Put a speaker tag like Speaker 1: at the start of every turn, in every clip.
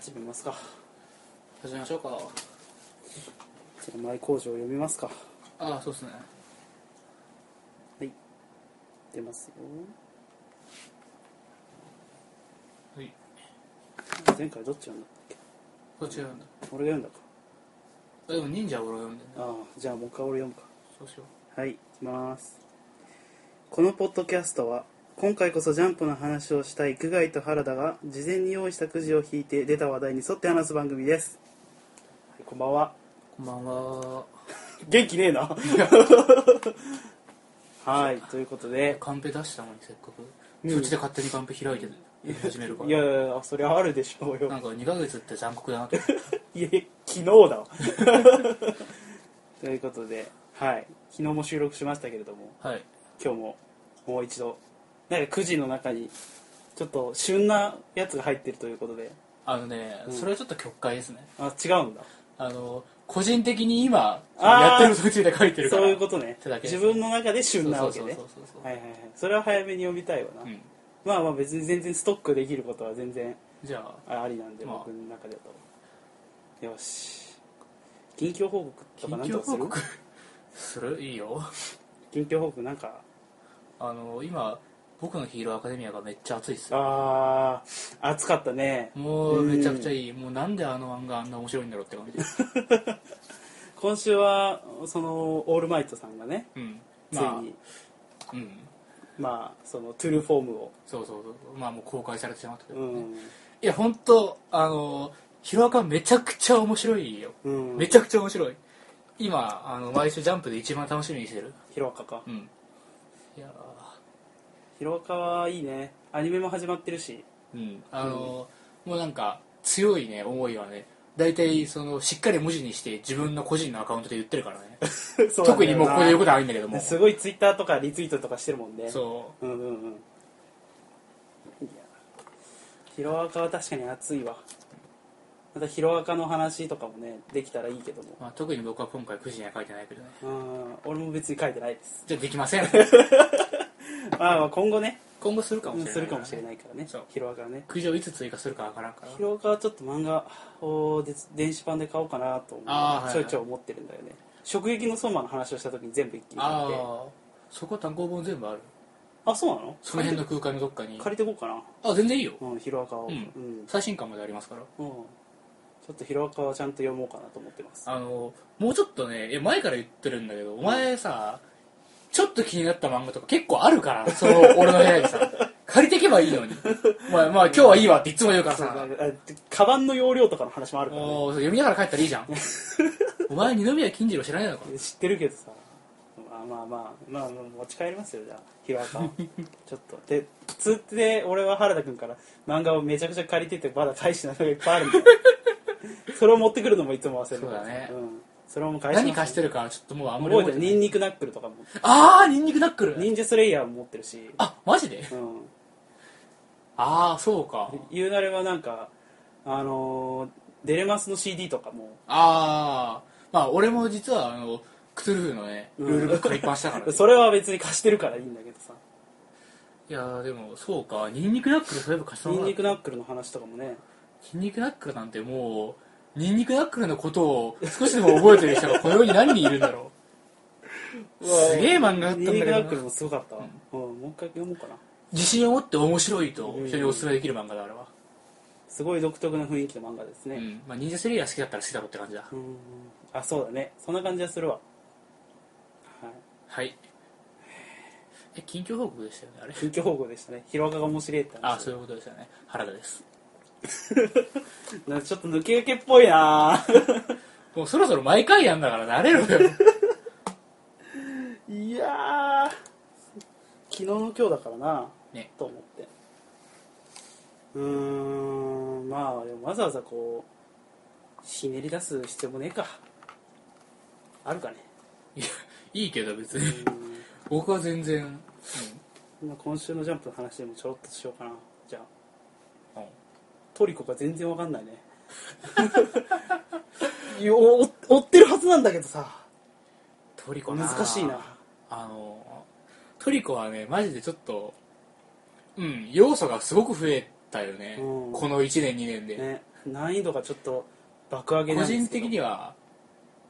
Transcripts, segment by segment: Speaker 1: 始めますか
Speaker 2: 始めましょうか
Speaker 1: じゃあ前工場読みますか
Speaker 2: ああそうですね
Speaker 1: はい出ます
Speaker 2: はい
Speaker 1: よ前回どっち読んだ
Speaker 2: こっち読んだ
Speaker 1: 俺が読んだか
Speaker 2: あでも忍者は俺が読んでね
Speaker 1: ああじゃあもう一回俺読むか
Speaker 2: そうしよ
Speaker 1: はい、行きます。このポッドキャストは、今回こそジャンプの話をしたい久我井と原田が、事前に用意したくじを引いて出た話題に沿って話す番組です。はい、こんばんは。
Speaker 2: うこんばんは
Speaker 1: 元気ねえな。 はい、ということで、
Speaker 2: カンペ出したのにせっかく、
Speaker 1: うん
Speaker 2: そっちで勝手にカンペ開いて始めるか
Speaker 1: いや
Speaker 2: ら
Speaker 1: いやいや、それあるでしょう
Speaker 2: な
Speaker 1: よ。
Speaker 2: んか2ヶ月って残酷だなと思って
Speaker 1: いや、昨日だわ。 ということで、はい、昨日も収録しましたけれども、
Speaker 2: はい
Speaker 1: 今日ももう一度なんか9時の中にちょっと旬なやつが入ってるということで
Speaker 2: あのね、
Speaker 1: うん
Speaker 2: それはちょっと曲解ですね
Speaker 1: あ違うんだ
Speaker 2: あの個人的に今や
Speaker 1: あー
Speaker 2: ってる途中で書いてるから
Speaker 1: そういうことね
Speaker 2: 手だけ
Speaker 1: 自分の中で旬な
Speaker 2: そ
Speaker 1: わ
Speaker 2: う
Speaker 1: け
Speaker 2: そう
Speaker 1: ね
Speaker 2: そうそうそう、
Speaker 1: はいはいはいそれは早めに読みたいわな、
Speaker 2: うん、
Speaker 1: まあまあ別に全然ストックできることは全然
Speaker 2: じゃあ
Speaker 1: ありなんで、
Speaker 2: まあ
Speaker 1: 僕の中でとよし近況報告とか
Speaker 2: 緊
Speaker 1: 何
Speaker 2: 急
Speaker 1: とかす
Speaker 2: 報
Speaker 1: る
Speaker 2: 告 するいいよ
Speaker 1: 近況報告なんか
Speaker 2: あの今僕のヒーローアカデミアがめっちゃ熱いっすよ
Speaker 1: あー暑かったね
Speaker 2: もうめちゃくちゃいい、もうなんであの漫画あんな面白いんだろうって 感じ
Speaker 1: 今週はそのオールマイトさんがね
Speaker 2: うん
Speaker 1: つい
Speaker 2: まあ
Speaker 1: に
Speaker 2: うん
Speaker 1: まあそのトゥルーフォームを
Speaker 2: そうそうそうまあもう公開されてしまったけど、ね
Speaker 1: うん
Speaker 2: いや本当あのヒロアカめちゃくちゃ面白いよ、
Speaker 1: うん
Speaker 2: めちゃくちゃ面白い今あの毎週ジャンプで一番楽しみにしてる
Speaker 1: ヒロアカか
Speaker 2: うんいや
Speaker 1: ヒロアカはいいねアニメも始まって るし
Speaker 2: ーうんあの、もうなんか強いね思いはね大体そのしっかり文字にして自分の個人のアカウントで言ってるから ね特にもうここで言うことはないんだけども
Speaker 1: すごいツイッターとかリツイートとかしてるもんね
Speaker 2: そう
Speaker 1: うんうんうんいやヒロアカは確かに熱いわまたヒロアカの話とかもねできたらいいけども
Speaker 2: まあ、特に僕は今回くじには書いてないけどね
Speaker 1: うん俺も別に書いてないです
Speaker 2: じゃあできません
Speaker 1: まあまあ今後ね
Speaker 2: 今後するかもしれない、
Speaker 1: するかもしれないからね
Speaker 2: そう
Speaker 1: ヒロアカはね
Speaker 2: くじをいつ追加するかわからんから
Speaker 1: ヒロアカはちょっと漫画をで電子版で買おうかなと思う
Speaker 2: あーはい
Speaker 1: ちょいちょい思ってるんだよね直撃の相馬の話をした時に全部一気に買
Speaker 2: あ
Speaker 1: って
Speaker 2: あそこ単行本全部ある
Speaker 1: あそうなの
Speaker 2: その辺の空間のどっかに
Speaker 1: 借りてこうかな
Speaker 2: あ全然いいよ、
Speaker 1: うんヒロアカを
Speaker 2: う
Speaker 1: うんん、うん
Speaker 2: 最新刊までありますから
Speaker 1: ちょっとヒロアカはちゃんと読もうかなと思ってます
Speaker 2: あのもうちょっとねいや前から言ってるんだけどお前さちょっと気になった漫画とか結構ある からその俺の部屋にさ借りてけばいいのにまあまあ今日はいいわっていつも言うから
Speaker 1: あ
Speaker 2: さ
Speaker 1: カバンの容量とかの話もあるから、ね、
Speaker 2: もう読みながら帰ったらいいじゃんお前二宮金次郎知らないの か
Speaker 1: 知ってるけどさまあまあまあまあ、まあ、持ち帰りますよじゃあヒロア カをちょっとでつって俺は原田君から漫画をめちゃくちゃ借りててまだ返してないのがいっぱい あるんだよそれを持ってくるのもいつも忘れて
Speaker 2: そうだね
Speaker 1: うん、それも返し
Speaker 2: 何貸してるかちょっともうあんまり
Speaker 1: 覚
Speaker 2: 覚
Speaker 1: え
Speaker 2: え
Speaker 1: て
Speaker 2: てな
Speaker 1: るニ
Speaker 2: い
Speaker 1: ンニクナックルとかも
Speaker 2: ああニンニクナックル
Speaker 1: 忍者スレイヤーも持ってるし
Speaker 2: あマジで
Speaker 1: うん
Speaker 2: ああそうか
Speaker 1: 言うなればなんかあのーデレマスの CD とかも
Speaker 2: ああまあ俺も実はあのクトゥルフのねル
Speaker 1: うん
Speaker 2: ールブック買いっぱなした からね、
Speaker 1: それは別に貸してるからいいんだけどさ
Speaker 2: いやーでもそうかニンニクナックルそういえば貸した
Speaker 1: ニン
Speaker 2: な
Speaker 1: ニクナックルの話とかもね
Speaker 2: ニンニクナックルなんてもうニンニクナックルのことを少しでも覚えてる人がこの世に何人いるんだろ うすげえ漫画だったん
Speaker 1: ニンニ
Speaker 2: だ
Speaker 1: クナッ
Speaker 2: け
Speaker 1: ク
Speaker 2: ど
Speaker 1: ル
Speaker 2: な
Speaker 1: もすごかったわ、うんもう一回読もうかな
Speaker 2: 自信を持って面白いと人におすすめできる漫画だあれは、
Speaker 1: すごい独特な雰囲気の漫画です
Speaker 2: う
Speaker 1: ね
Speaker 2: んまあ、忍者スレイヤー好きだったら好きだろうって感じだ
Speaker 1: うんあそうだねそんな感じはするわはい
Speaker 2: はい。え、近況報告でしたよね、あれ。
Speaker 1: 近況報告でしたねヒロアカが面白いって
Speaker 2: あ、
Speaker 1: 話
Speaker 2: そういうことですよね。原田です。
Speaker 1: なんかちょっと抜け駆けっぽいな
Speaker 2: もうそろそろ毎回やんだから慣れろよ。
Speaker 1: いやー昨日の今日だからな
Speaker 2: ね。
Speaker 1: と思ってうーんまあでもわざわざこうひねり出す必要もねえかあ るかね
Speaker 2: いや、いいけど別
Speaker 1: う
Speaker 2: に。
Speaker 1: ー
Speaker 2: 僕は全然。うん。
Speaker 1: んまあ今週のジャンプの話でもちょろっとしようかなじゃあ
Speaker 2: うん
Speaker 1: トリコが全然わかんない ねいやお追追ってるはずなんだけどさ
Speaker 2: トリコな
Speaker 1: 難しいな。
Speaker 2: あの、トリコはね、マジでちょっと、うん、要素がすごく増えたよね、
Speaker 1: うん
Speaker 2: この1年2年で、
Speaker 1: ね難易度がちょっと爆上げな
Speaker 2: 個
Speaker 1: んで
Speaker 2: 人
Speaker 1: すけ
Speaker 2: 的
Speaker 1: ど
Speaker 2: には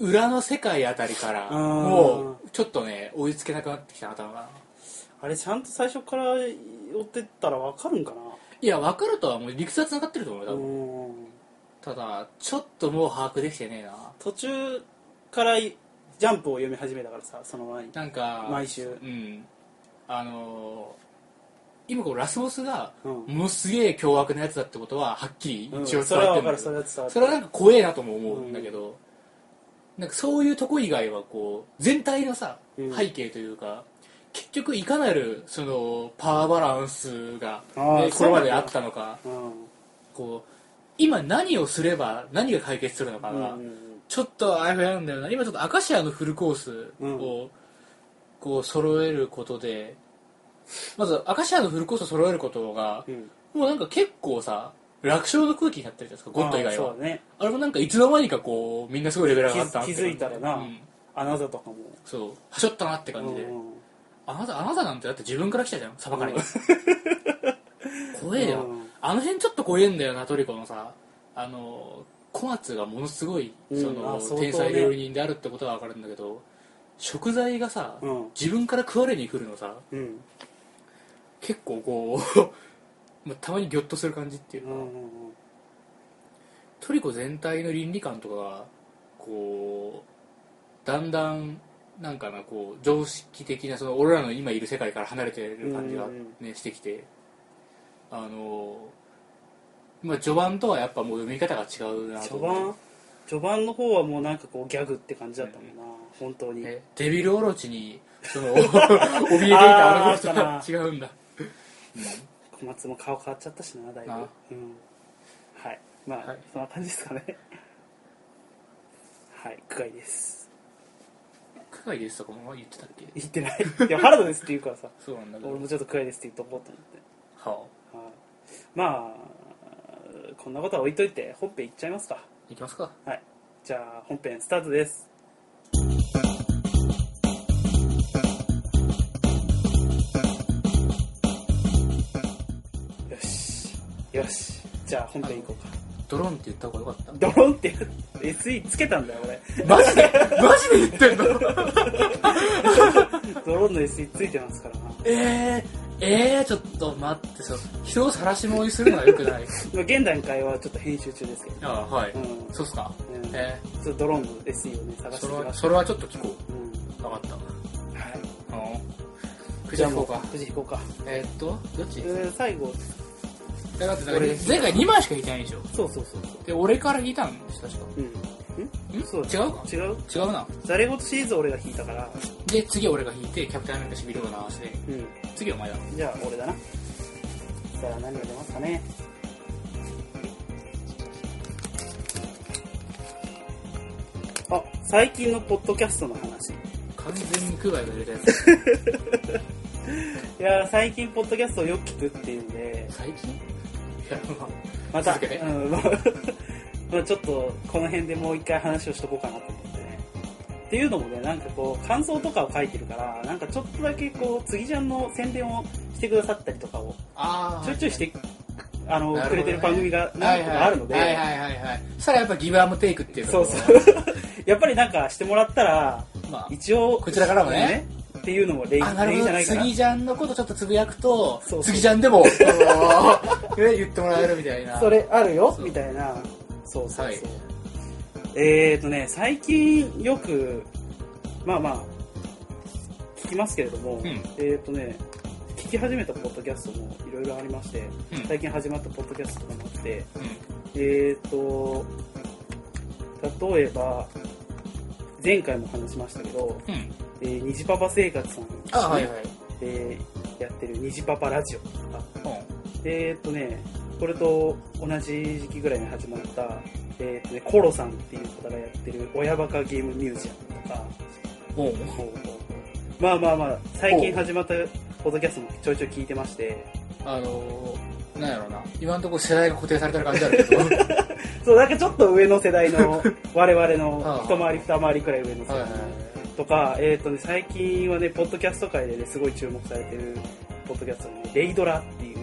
Speaker 2: 裏の世界あたりから
Speaker 1: うん
Speaker 2: もうちょっとね追いつけなくなってきたな頭が
Speaker 1: あれちゃんと最初から追ってったらわかるんか
Speaker 2: いや分かるとはもう理屈はつながってると思うよ
Speaker 1: な
Speaker 2: 多
Speaker 1: う
Speaker 2: 分、
Speaker 1: ん
Speaker 2: ただちょっともう把握できてねえな
Speaker 1: 途中からジャンプを読み始めたからさその前に
Speaker 2: なんか
Speaker 1: 毎週
Speaker 2: うんあのー今このラスボスが
Speaker 1: うん
Speaker 2: ものすげえ凶悪なやつだってことははっきり
Speaker 1: うん
Speaker 2: 一応
Speaker 1: そ
Speaker 2: 伝
Speaker 1: れは
Speaker 2: わっ
Speaker 1: 分
Speaker 2: て
Speaker 1: か
Speaker 2: る
Speaker 1: るそれは伝わって
Speaker 2: それはなんか怖えなとも思うんだけど、なんかそういうとこ以外はこう全体のさ
Speaker 1: うん
Speaker 2: 背景というか、結局いかなるそのパワーバランスが、
Speaker 1: あー
Speaker 2: ねこれまであったのか
Speaker 1: うん
Speaker 2: こう今何をすれば何が解決するのか
Speaker 1: うん
Speaker 2: が、
Speaker 1: うん
Speaker 2: ちょっとあやふやなんだよな今ちょっとアカシアのフルコースを、
Speaker 1: うん
Speaker 2: こう揃えることでまずアカシアのフルコースを揃えることが
Speaker 1: う、ん
Speaker 2: もうなんか結構さ楽勝の空気になってるじゃないですかゴッド以外
Speaker 1: あ
Speaker 2: は
Speaker 1: そうだね
Speaker 2: あれもなんかいつの間にかこうみんなすごいレベル上がったなって
Speaker 1: 気づ気づいたらな
Speaker 2: うん
Speaker 1: あなたとかも
Speaker 2: そうはしょったなって感じで、
Speaker 1: うん
Speaker 2: あなたあなたなんてだって自分から来たじゃんサバからに、怖えよ、
Speaker 1: うん
Speaker 2: あの辺ちょっと怖えんだよなトリコのさあの小松がものすごいそ
Speaker 1: うん
Speaker 2: の、
Speaker 1: あ相当ね
Speaker 2: 天才料理人であるってことは分かるんだけど食材がさ、
Speaker 1: うん
Speaker 2: 自分から食われに来るのさ
Speaker 1: うん
Speaker 2: 結構こう まあたまにギョッとする感じっていう
Speaker 1: う
Speaker 2: か、
Speaker 1: んうんうん
Speaker 2: トリコ全体の倫理観とかがこうだんだんなんかなこう常識的なその俺らの今いる世界から離れてる感じが、
Speaker 1: うん
Speaker 2: ね
Speaker 1: う
Speaker 2: してきてあのまあ序盤とはやっぱもう読み方が違うなと
Speaker 1: 序
Speaker 2: 思う
Speaker 1: 盤序盤の方はもうなんかこうギャグって感じだったもんな、本当に、
Speaker 2: ねデビルオロチにそ の怯えていたあの子と
Speaker 1: あーあ
Speaker 2: は
Speaker 1: っ
Speaker 2: 違うんだ
Speaker 1: 小松も顔変わっちゃったしなだいぶ
Speaker 2: あ
Speaker 1: うんはいまあ、
Speaker 2: はい
Speaker 1: そんな感じですかね はい区外です
Speaker 2: 区外ですとかも言ってたっけ
Speaker 1: 言っ てないいや原田ですって言うからさ
Speaker 2: そうなんだけど
Speaker 1: 俺もちょっと区外ですって言っとこうと思って
Speaker 2: は
Speaker 1: はいまあこんなことは置いといて本編いっちゃいますか
Speaker 2: あいきますか
Speaker 1: はいじゃあ本編スタートですよしよしじゃあ本編行こうか
Speaker 2: ドローンって言った方がよかった
Speaker 1: ドロンってやる SE つけたんだよ俺
Speaker 2: マジでマジで言ってんの
Speaker 1: ドローンの SE ついてますからな
Speaker 2: えー、えー、ちょっと待ってそう人を晒し者にするのはよく ない
Speaker 1: 今現段階はちょっと編集中ですけど
Speaker 2: ああはい、
Speaker 1: うん
Speaker 2: そうっすか
Speaker 1: うん
Speaker 2: え
Speaker 1: ちょっとドローンの SE をね
Speaker 2: ー、
Speaker 1: 探して
Speaker 2: そ
Speaker 1: き
Speaker 2: れは
Speaker 1: まし
Speaker 2: それはちょっと聞こ
Speaker 1: たうん
Speaker 2: う分かった
Speaker 1: はい
Speaker 2: うんく
Speaker 1: じ
Speaker 2: じ
Speaker 1: ゃ
Speaker 2: ゃ
Speaker 1: あ
Speaker 2: あ
Speaker 1: も
Speaker 2: こ
Speaker 1: う
Speaker 2: うか
Speaker 1: くじ引こうか
Speaker 2: えー、っとどっち、
Speaker 1: えー最後
Speaker 2: えだってなんか
Speaker 1: 俺
Speaker 2: 前回2枚しか引いてないでしょ
Speaker 1: そうそうそう
Speaker 2: で俺から引いたんでしょ確か
Speaker 1: うん
Speaker 2: ん
Speaker 1: んそうだ
Speaker 2: 違うか
Speaker 1: 違う
Speaker 2: 違うな
Speaker 1: ザレ言シリーズ俺が弾いたから
Speaker 2: で次俺が引いてキャプテンアメリカシビルを流して
Speaker 1: うん
Speaker 2: 次お前だ
Speaker 1: じゃあ俺だなさあ何が出ますかねあ最近のポッドキャストの話い
Speaker 2: 完全に区外が入れたや つ
Speaker 1: やー最近ポッドキャストをよく聞くっていうんで
Speaker 2: 最近いやまあ
Speaker 1: また、
Speaker 2: 続けて
Speaker 1: うん、 まあまあちょっとこの辺でもう一回話をしとこうかなと思ってねっていうのもねなんかこう感想とかを書いてるからなんかちょっとだけこう次ジャンの宣伝をしてくださったりとかを
Speaker 2: ああ
Speaker 1: ちょいちょいして、あの、
Speaker 2: なるほどね
Speaker 1: くれてる番組が何個かあるので、
Speaker 2: はいはいはいはいはいそしたらやっぱギブアンドテイクっていうか
Speaker 1: そう そう。やっぱりなんかしてもらったら、
Speaker 2: まあ
Speaker 1: 一応、
Speaker 2: こちらからもね。
Speaker 1: っていうのも礼儀
Speaker 2: あな
Speaker 1: 礼
Speaker 2: る
Speaker 1: 儀
Speaker 2: ほ
Speaker 1: じゃな
Speaker 2: ど
Speaker 1: いかな。
Speaker 2: 次ジャンのことちょっとつぶやくと
Speaker 1: そうそう
Speaker 2: 次ジャンでもあのね言ってもら えるみたいな
Speaker 1: それあるよ
Speaker 2: そう
Speaker 1: みたいな。そうそうそう。
Speaker 2: はい
Speaker 1: えーとね、最近よく、まあまあ、聞きますけれども、
Speaker 2: ん
Speaker 1: えーとね、聞き始めたポッドキャストもいろいろありまして、
Speaker 2: うん
Speaker 1: 最近始まったポッドキャストとかもあって、
Speaker 2: う
Speaker 1: えーと、例えば、前回も話しましたけど、
Speaker 2: んうん
Speaker 1: えー、虹パパ生活さんが、
Speaker 2: あはいはい
Speaker 1: えーやってる虹パパラジオとか、
Speaker 2: う
Speaker 1: でえーっとね、これと同じ時期ぐらいに始まった、えーっとね、コロさんっていう方がやってる親バカゲームミュージアムとか、
Speaker 2: んうん
Speaker 1: まあまあまあ、最近始まったポッドキャストもちょいちょい聞いてまして、
Speaker 2: あのーなんやろうな今のところ世代が固定されてる感じあるけ どはい
Speaker 1: そう、なんかちょっと上の世 代の、我々の一回り二回りくらい上
Speaker 2: は
Speaker 1: の世
Speaker 2: い
Speaker 1: 代
Speaker 2: はい
Speaker 1: とか、えーっとね、最近はね、ポッドキャスト界でね、すごい注目されてるポッドキャストのね、レイドラっていう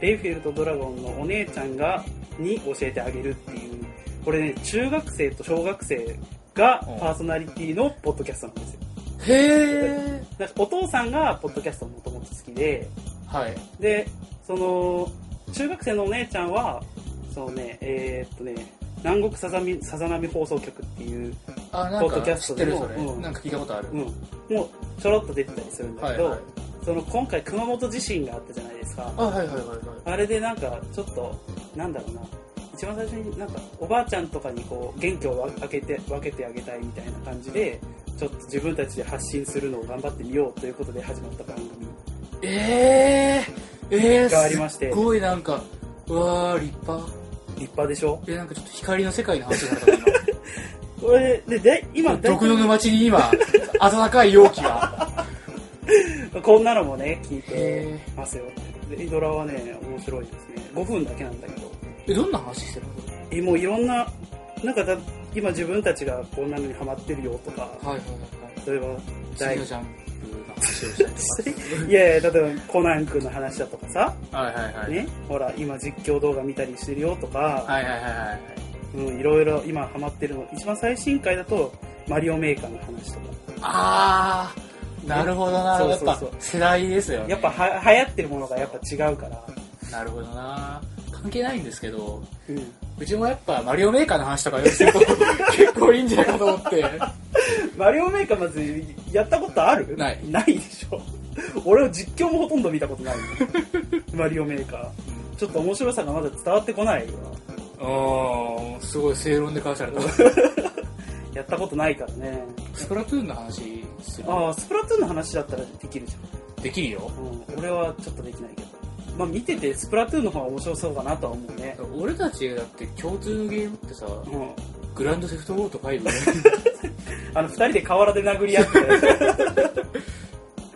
Speaker 1: レイフィールドドラゴンのお姉ちゃんがに教えてあげるっていうこれね中学生と小学生がパーソナリティのポッドキャストなんですよ
Speaker 2: へえ
Speaker 1: なんかお父さんがポッドキャストもともと好きで
Speaker 2: はい
Speaker 1: でその中学生のお姉ちゃんはそうねえーっとね南国さざみさざ波放送局っていう、
Speaker 2: あなん
Speaker 1: ポッドキャ
Speaker 2: か
Speaker 1: ス
Speaker 2: 知
Speaker 1: ト
Speaker 2: って
Speaker 1: で
Speaker 2: る
Speaker 1: も
Speaker 2: それ、
Speaker 1: うん
Speaker 2: なんか聞いたことある、
Speaker 1: うん、もうちょろっと出てたりするんだ
Speaker 2: は
Speaker 1: け
Speaker 2: い
Speaker 1: ど、
Speaker 2: はい
Speaker 1: その今回熊本地震があったじゃないですか
Speaker 2: あはいはいはいはい
Speaker 1: あれでなんかちょっとなんだろうな一番最初になんかおばあちゃんとかにこう元気を分けて分けてあげたいみたいな感じでちょっと自分たちで発信するのを頑張ってみようということで始まった番組
Speaker 2: えー、えー、
Speaker 1: がありまして
Speaker 2: すっごいなんかうわー立派
Speaker 1: 立派でしょ
Speaker 2: えなんかちょっと光の世界の話になったか
Speaker 1: これでで今
Speaker 2: な毒
Speaker 1: 大
Speaker 2: の沼地に 今暖かい容器が
Speaker 1: 体こんなのもね聞いて
Speaker 2: へ
Speaker 1: ますよでイドラはね面白いですね5分だけなんだけど
Speaker 2: ーえどんな話してるの
Speaker 1: えもういろんななんかだ今自分たちがこんなのにハマってるよとか
Speaker 2: はいはいはい
Speaker 1: 例えば
Speaker 2: はい次
Speaker 1: 大
Speaker 2: のジャンプの話をしたりと
Speaker 1: いやいや例えばコナン君の話だとかさ
Speaker 2: か はいはいはい
Speaker 1: ね、ほら今実況動画見たりしてるよとか、
Speaker 2: はいはいはいはい
Speaker 1: うん、いろいろ今ハマってるの一番最新回だとマリオメーカーの話とか
Speaker 2: あーなるほどな
Speaker 1: そう
Speaker 2: や
Speaker 1: そう
Speaker 2: っ
Speaker 1: そう
Speaker 2: ぱ世代ですよね
Speaker 1: やっぱは流行ってるものがやっぱ違うから、
Speaker 2: なるほどな関係ないんですけど
Speaker 1: うん、
Speaker 2: うちもやっぱマリオメーカーの話とかよくすると 結構いいんじゃないかと思 って
Speaker 1: マリオメーカーまずやったことある
Speaker 2: ない
Speaker 1: ないでしょ 俺は実況もほとんど見たことない のマリオメーカーちょっと面白さがまだ伝わってこないよ
Speaker 2: ああすごい正論で返され た
Speaker 1: やったことないからね
Speaker 2: スプラトゥーンの話する
Speaker 1: ああスプラトゥーンの話だったらできるじ
Speaker 2: できるよ
Speaker 1: ゃん、うん、俺はちょっとできないけどまあ見ててスプラトゥーンの方が面白そうかなとは思うね
Speaker 2: 俺たちだって共通のゲームってさ
Speaker 1: うん
Speaker 2: グランドセフトオート5
Speaker 1: あの、二人で河原で殴り合って。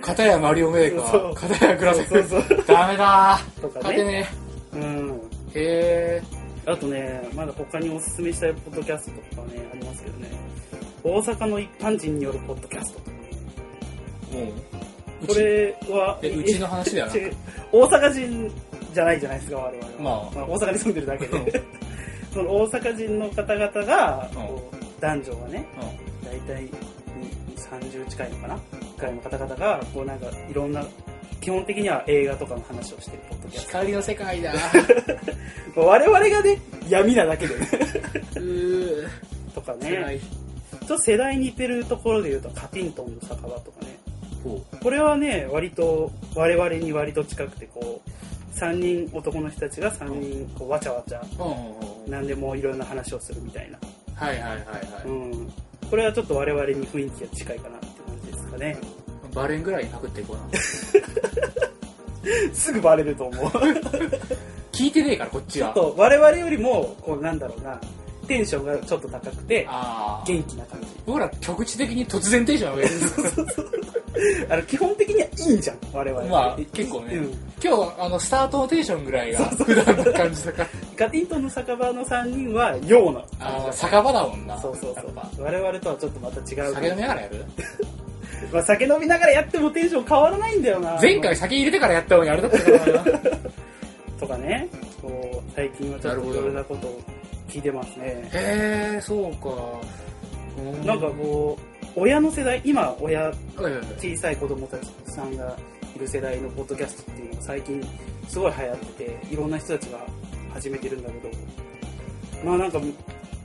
Speaker 2: 片やマリオメーカ
Speaker 1: そ
Speaker 2: ー
Speaker 1: う
Speaker 2: 片やグランドセフ
Speaker 1: そうそう
Speaker 2: トダメだー
Speaker 1: とか
Speaker 2: 勝て
Speaker 1: ね。
Speaker 2: ね
Speaker 1: うん。
Speaker 2: えへ
Speaker 1: あとね、まだ他におすすめしたいポッドキャストとかね、ありますけどね。大阪の一般人によるポッドキャストとかね。
Speaker 2: えもう
Speaker 1: これは、
Speaker 2: えうちの話だよな
Speaker 1: え違う大阪人じゃないじゃないですか、我々は。
Speaker 2: まあ
Speaker 1: 大阪に住んでるだけ で。その大阪人の方々が、
Speaker 2: うん
Speaker 1: こう男女がね、
Speaker 2: う
Speaker 1: 大体うん30近いのかなくらいの方々が、こうなんかいろんな、基本的には映画とかの話をしてるポッドキャスト。
Speaker 2: 光の世 界だ
Speaker 1: 我々がね、闇なだけでね。
Speaker 2: うー
Speaker 1: とか
Speaker 2: 辛
Speaker 1: ね。
Speaker 2: い
Speaker 1: ちょっと世代似てるところで言うと、カティントンの酒場とかね。
Speaker 2: ほ
Speaker 1: これはね、割と、我々に割と近くて、こう、3人、男の人たちが3人、こう、わちゃわちゃ、
Speaker 2: ううんうんうん
Speaker 1: 何でもいろんな話をするみたいな。
Speaker 2: はいはいはいは
Speaker 1: う
Speaker 2: い
Speaker 1: ん。これはちょっと我々に雰囲気が近いかなって感じですかね。
Speaker 2: バレンぐらいにパクっていこうな
Speaker 1: すぐバレると思う。
Speaker 2: 聞いてねえからこっち
Speaker 1: ちょっ
Speaker 2: は
Speaker 1: と、我々よりも、こう、なんだろうな、テンションがちょっと高くて、
Speaker 2: ああ
Speaker 1: 元気な感じ。
Speaker 2: 僕ら局地的に突然テンション上げるんです
Speaker 1: あの、基本的にはいいんじゃん、我々。
Speaker 2: まあ結構ね
Speaker 1: うん
Speaker 2: 今日あのスタートのテンションぐらいが普段の感じだから
Speaker 1: ガティントンの酒場の3人はような
Speaker 2: あー酒場だもんな
Speaker 1: そうそうそう
Speaker 2: やっ
Speaker 1: 我々とはちょっとまた違
Speaker 2: ぱ
Speaker 1: う
Speaker 2: 酒飲みながらやる
Speaker 1: まあ、酒飲みながらやってもテンション変わらないんだよな
Speaker 2: 前回酒入れてからやったのにあれだったからな
Speaker 1: とかねこう最近はちょっといろいろなことを聞いてます ね
Speaker 2: へえそうかうー
Speaker 1: なんかこう親の世代今親
Speaker 2: はいはいはい
Speaker 1: 小さい子供たちさんがいる世代のポッドキャストっていうのが最近すごい流行ってていろんな人たちが始めてるんだけどまあなんか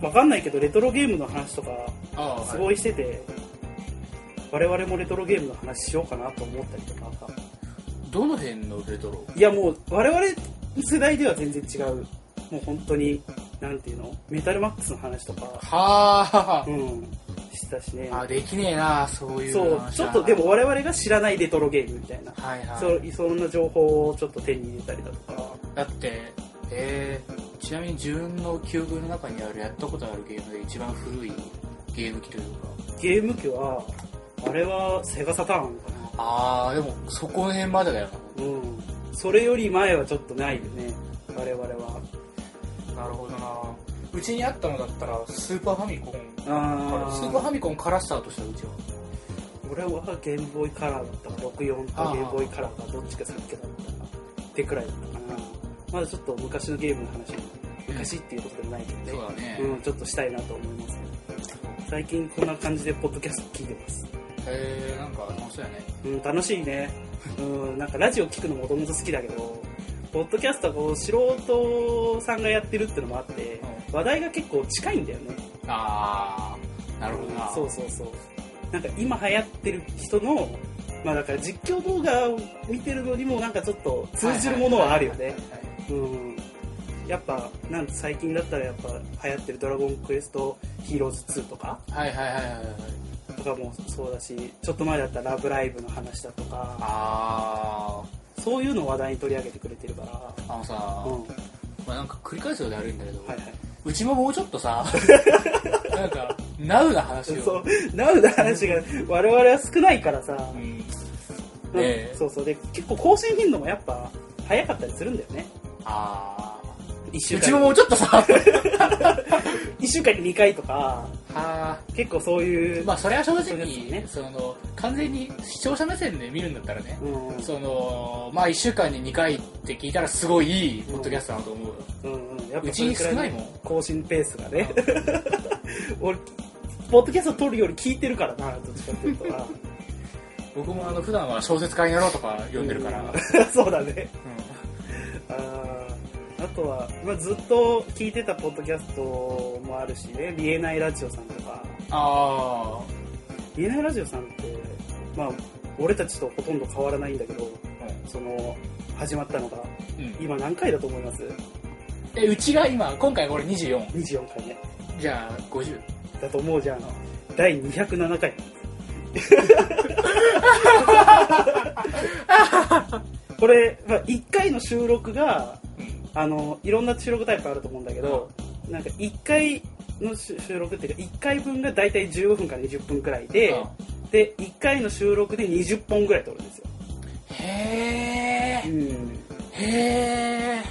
Speaker 1: わかんないけどレトロゲームの話とか
Speaker 2: あーは
Speaker 1: す
Speaker 2: い
Speaker 1: ごいしてて、我々もレトロゲームの話しようかなと思ったりとか、
Speaker 2: どの辺のレトロ
Speaker 1: いやもう、我々世代では全然違う、もう本当に、なんていうの、メタルマックスの話とか、
Speaker 2: は
Speaker 1: うん、してたしね
Speaker 2: あ、あできねえなそういう
Speaker 1: そう
Speaker 2: 話、
Speaker 1: ちょっとでも我々が知らないレトロゲームみたいな、
Speaker 2: はいはい
Speaker 1: そうそんな情報をちょっと手に入れたりだとか、
Speaker 2: だってえー、ちなみに自分の記憶の中にあるやったことあるゲームで一番古いゲーム機というか
Speaker 1: ゲーム機は、あれはセガサターンかな。
Speaker 2: ああでもそこの辺までだよ
Speaker 1: うん。それより前はちょっとないよね、我々は。
Speaker 2: ななるほどなうちにあったのだったらスーパーファミコン
Speaker 1: あー
Speaker 2: スーパーファミコンからスタートしたうちは
Speaker 1: 俺はゲームボーイカラーだったか64とゲームボーイカラーかどっちか先だったかってくらいだったかなまだちょっと昔のゲームの話も昔っていうことでもないけどね、
Speaker 2: そうだね。
Speaker 1: うん、ちょっとしたいなと思いますね最近こんな感じでポッドキャスト聞いてます、
Speaker 2: えー、なんか楽しそうやね。
Speaker 1: うん、楽しいね、うん、なんかラジオ聞くのもともと好きだけどポッドキャストはこう素人さんがやってるってのもあって
Speaker 2: う
Speaker 1: 話題が結構近いんだよね
Speaker 2: あー、なるほどな。
Speaker 1: そうそうそうなんか今流行ってる人のまあだから実況動画を見てるのにもなんかちょっと通じるものはあるよねうんやっぱなん最近だったらやっぱ流行ってる「ドラゴンクエストヒーローズ2」とか
Speaker 2: はいはいはいはいはいはい。
Speaker 1: とかもそうだしちょっと前だったら「ラブライブ!」の話だとか
Speaker 2: あ
Speaker 1: そういうのを話題に取り上げてくれてるから
Speaker 2: ー、あのさ、
Speaker 1: うん
Speaker 2: まあ、なんか繰り返すようで悪いんだけど、
Speaker 1: はいは
Speaker 2: うちももうちょっと さ、なんか、ナウな話
Speaker 1: い
Speaker 2: を。
Speaker 1: そうなる話が我々は少ないからさ、
Speaker 2: うん。ね
Speaker 1: うん
Speaker 2: え
Speaker 1: そうそうで結構更新頻度もやっぱ早かったりするんだよね
Speaker 2: あ
Speaker 1: 1
Speaker 2: ー。
Speaker 1: 週
Speaker 2: うちも
Speaker 1: 間
Speaker 2: もうちょっと さ、
Speaker 1: 一週間に2回とか
Speaker 2: は
Speaker 1: 結構そうい
Speaker 2: ー。
Speaker 1: う、
Speaker 2: まあ、それは正
Speaker 1: そうです
Speaker 2: 直、
Speaker 1: ね
Speaker 2: その、完全に視聴者目線で見るんだったらね、
Speaker 1: うん
Speaker 2: その、まあ、1週間に2回って聞いたらすごいいいポッドキャストだと思うよ。
Speaker 1: うんうん、やっ
Speaker 2: う
Speaker 1: ぱ
Speaker 2: ち
Speaker 1: それ
Speaker 2: に
Speaker 1: く
Speaker 2: 少
Speaker 1: らいの
Speaker 2: ないもん。
Speaker 1: 更新ペースがね俺ポッドキャスト撮るより聞いてるからなどっちかっていうとな
Speaker 2: 僕もあの、普段は小説家になろうとか 読んでるから、うん。
Speaker 1: そうだねあーあとは、まあ、ずっと聞いてたポッドキャストもあるしね見えないラジオさんとか
Speaker 2: あ
Speaker 1: 見えないラジオさんってまあ俺たちとほとんど変わらないんだけどその始まったのが
Speaker 2: ー。うん。
Speaker 1: 今何回だと思います
Speaker 2: え、うちが今、今回俺24。
Speaker 1: 24回目
Speaker 2: じゃあ、50。
Speaker 1: だと思うじゃん第207回これ、まあ、1回の収録が
Speaker 2: うん。
Speaker 1: あのいろんな収録タイプあると思うんだけど、なんか1回の収収録っていうか1回分が大体15分から20分くらいで、で1回の収録で20本ぐらい撮るんですよ、
Speaker 2: へー。
Speaker 1: ん、
Speaker 2: へ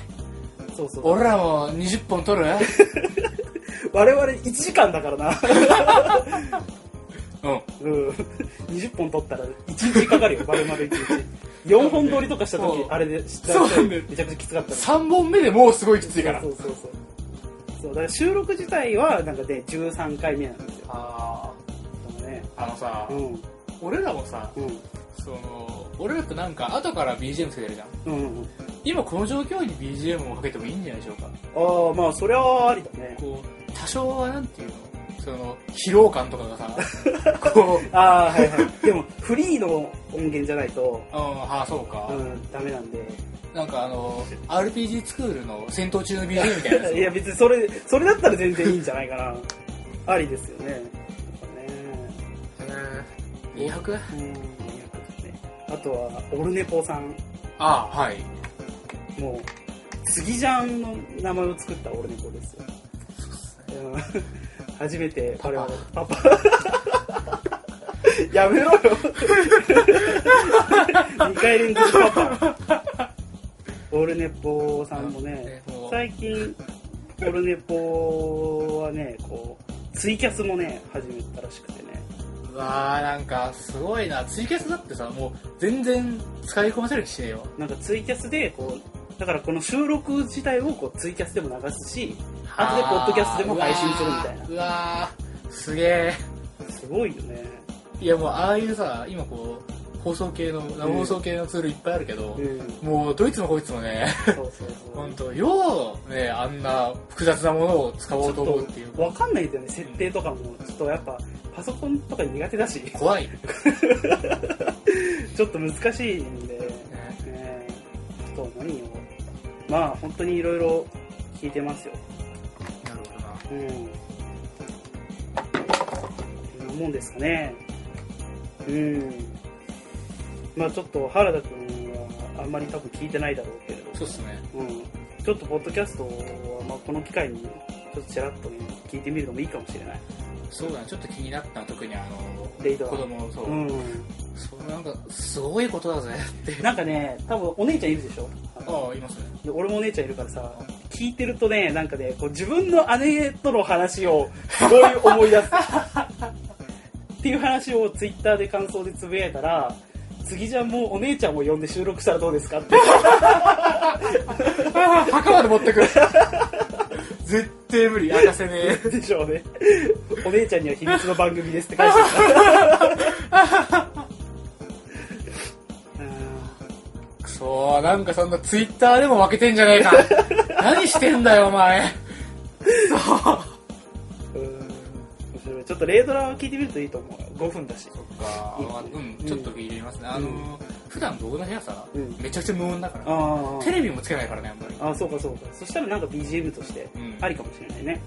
Speaker 2: ー。
Speaker 1: そうそう
Speaker 2: 俺らも20本取る
Speaker 1: 我々1時間だからな、
Speaker 2: うん。
Speaker 1: うん、20本撮ったら1日かかるよ丸々1日4本撮りとかした時
Speaker 2: そう
Speaker 1: あれでし
Speaker 2: そうなんだよ
Speaker 1: めちゃくちゃきつかったの
Speaker 2: 3本目でもうすごいきついから
Speaker 1: そ。うそうそうそうだから収録自体はなんかで13回目なんですよ
Speaker 2: あ
Speaker 1: でもね
Speaker 2: ー。あのさ、
Speaker 1: うん
Speaker 2: 俺らもさ、
Speaker 1: うん
Speaker 2: その、俺らってなんか後から BGM つけてるじゃん。
Speaker 1: うんうん
Speaker 2: 今この状況に BGM をかけてもいいんじゃないでしょうか。
Speaker 1: ああまあそれはありだね
Speaker 2: こう、多少はなんていうのその、疲労感とかが さ、こう、うん、
Speaker 1: ああはいはいでもフリーの音源じゃないと
Speaker 2: ああ、そうか
Speaker 1: う。んダメなんで
Speaker 2: なんかあの、RPG スクールの戦闘中の BGM みたいなやつ。
Speaker 1: いや別にそれそれだったら全然いいんじゃないかなありですよねや
Speaker 2: う
Speaker 1: っ
Speaker 2: ん 200?
Speaker 1: ぱねうん200ですねあとはオルネポさん
Speaker 2: ああ、はい。
Speaker 1: もう杉ジャンの名前を作ったオルネポですようん初めて我々パパ やめろ よ2回連続パパオルネポさんもね
Speaker 2: うんうん
Speaker 1: 最近オルネポはねこうツイキャスもね始めたらしくてね
Speaker 2: うわあなんかすごいなツイキャスだってさもう全然使いこなせる気しねえよ
Speaker 1: なんかツイキャスでこうだからこの収録自体をこうツイキャスでも流すし後でポッドキャストでも配信するみたいな
Speaker 2: うわーすげえ
Speaker 1: すごいよね
Speaker 2: いやもうああいうさ今こう放送系の生放送系のツールいっぱいあるけど、
Speaker 1: うん
Speaker 2: もうどいつもこいつもね
Speaker 1: そうそうそ
Speaker 2: ほん
Speaker 1: う
Speaker 2: とようねあんな複雑なものを使おう
Speaker 1: ち
Speaker 2: と
Speaker 1: ょ
Speaker 2: 思うっ
Speaker 1: って
Speaker 2: いう
Speaker 1: とわかんないですよね設定とかもちょっとやっぱパソコンとか苦手だし
Speaker 2: 怖い、ね、
Speaker 1: ちょっと難しいんで、ね、あと何をまあ本当にいろいろ聞いてますよ
Speaker 2: なるほどな
Speaker 1: うんこんなもんですかねうんまあちょっと原田君はあんまり多分聞いてないだろうけれど
Speaker 2: そうっすね
Speaker 1: うん、ちょっとポッドキャストは、まあ、この機会にちょっとちらっとね聞いてみるのもいいかもしれない
Speaker 2: そうだねちょっと気になったの特にあの
Speaker 1: レイドは
Speaker 2: 子供そう、
Speaker 1: うん
Speaker 2: そうなんかすごいことだぜって
Speaker 1: なんかね多分お姉ちゃんいるでしょ
Speaker 2: ああいますね
Speaker 1: で俺もお姉ちゃんいるからさ聞いてるとねなんかねこう自分の姉との話をすごい思い出すっていう話をツイッターで感想でつぶやいたら次じゃもうお姉ちゃんも呼んで収録したらどうですかって
Speaker 2: あー 墓まで持ってくる絶対無理明かせねえ
Speaker 1: でしょうねお姉ちゃんには秘密の番組ですって返してきたうん
Speaker 2: くそーなんかそんなツイッターでも負けてんじゃねえか何してんだよお前そう
Speaker 1: うん面白いちょっとレードラー聞いてみるといいと思う5分だし
Speaker 2: かうんちょっと聞いてみますね、あの普段僕の部屋さ、
Speaker 1: うん
Speaker 2: めちゃくちゃ無音だから、
Speaker 1: あ
Speaker 2: テレビもつけないからねあんまり
Speaker 1: ああそうかそうかそしたらなんか BGM として
Speaker 2: うん
Speaker 1: ありかもしれないね、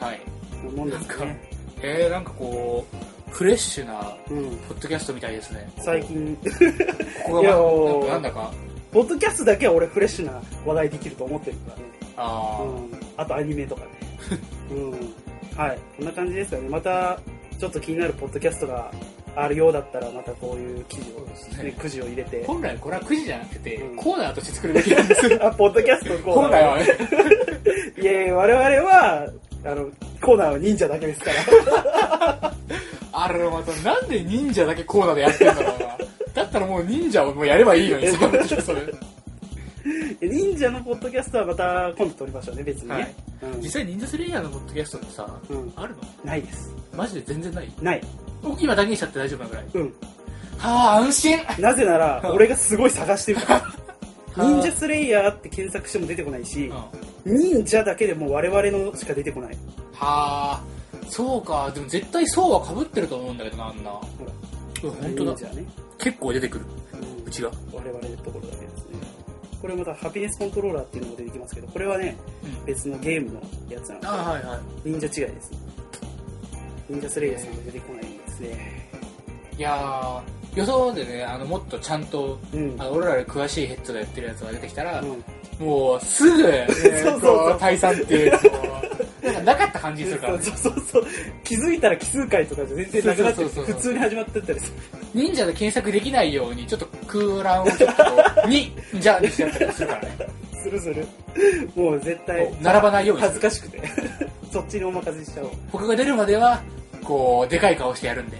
Speaker 2: はい
Speaker 1: なもんですか
Speaker 2: なん
Speaker 1: ね
Speaker 2: えー、なんかこうフレッシュな
Speaker 1: うん
Speaker 2: ポッドキャストみたいですね
Speaker 1: 最近
Speaker 2: ここが
Speaker 1: い
Speaker 2: ま
Speaker 1: やー
Speaker 2: なんだか
Speaker 1: ポッドキャストだけは俺フレッシュな話題できると思ってるからね
Speaker 2: ああ、
Speaker 1: うん、あとアニメとかね。 うん。はい。こんな感じですかね。また、ちょっと気になるポッドキャストがあるようだったら、またこういう記事
Speaker 2: そうです
Speaker 1: を、
Speaker 2: ね
Speaker 1: ね、くじを入れて。
Speaker 2: 本来これは9時じゃなくて、
Speaker 1: うん
Speaker 2: コーナーとして作るべきなん ですよ
Speaker 1: あ、ポッドキャストのコーナー。
Speaker 2: 本来はね
Speaker 1: いやいや、我々は、あの、コーナーは忍者だけですから。
Speaker 2: あれまたなんで忍者だけコーナーでやってんだろうなだったらもう忍者をもうやればいいの にさそれ
Speaker 1: 忍者のポッドキャストはまた今度撮りましょうね、別にね。
Speaker 2: はい
Speaker 1: うん
Speaker 2: 実際忍者スレイヤーのポッドキャストってさ
Speaker 1: うん。
Speaker 2: あるの
Speaker 1: ないです。
Speaker 2: マジで全然ない
Speaker 1: ない。
Speaker 2: 僕今断言しちゃって大丈夫なぐらい
Speaker 1: うん。
Speaker 2: はあ安心
Speaker 1: なぜなら、
Speaker 2: うん
Speaker 1: 俺がすごい探してるから。
Speaker 2: あ
Speaker 1: 忍者スレイヤーって検索しても出てこないし、
Speaker 2: は
Speaker 1: 忍者だけでもう我々のしか出てこない。
Speaker 2: あそうかでも絶対そうはかぶってると思うんだけどなあんなうん本当だ
Speaker 1: 忍者ね。
Speaker 2: 結構出てくる
Speaker 1: うん
Speaker 2: うちが
Speaker 1: 我々のところだけですねこれまたハピネスコントローラーっていうのも出てきますけどこれはね、
Speaker 2: うん
Speaker 1: 別のゲームのやつな
Speaker 2: あ
Speaker 1: の
Speaker 2: はいは
Speaker 1: で忍者違いです忍者スレイヤーさんが出てこないんですね
Speaker 2: いいやー予想でねあのもっとちゃんと
Speaker 1: うん、
Speaker 2: あの俺らより詳しいヘッドがやってるやつが出てきたら、
Speaker 1: うん
Speaker 2: もうす ぐ、ね
Speaker 1: そうそうそう
Speaker 2: こ退散っていうなんかなかった感じするから、ね
Speaker 1: そ、うそうそう気づいたら奇数回とかじゃ全然なくなって
Speaker 2: そうそうそうそう
Speaker 1: 普通に始まってったりする
Speaker 2: 忍者で検索できないようにちょっと空欄をちょっと2じゃあにしちゃったりするから ね
Speaker 1: するするもう絶対
Speaker 2: こう並ばないようにす
Speaker 1: 恥ず
Speaker 2: る
Speaker 1: かしくて そっちにお任せしちゃおう、
Speaker 2: 僕が出るまではこうでかい顔してやるんで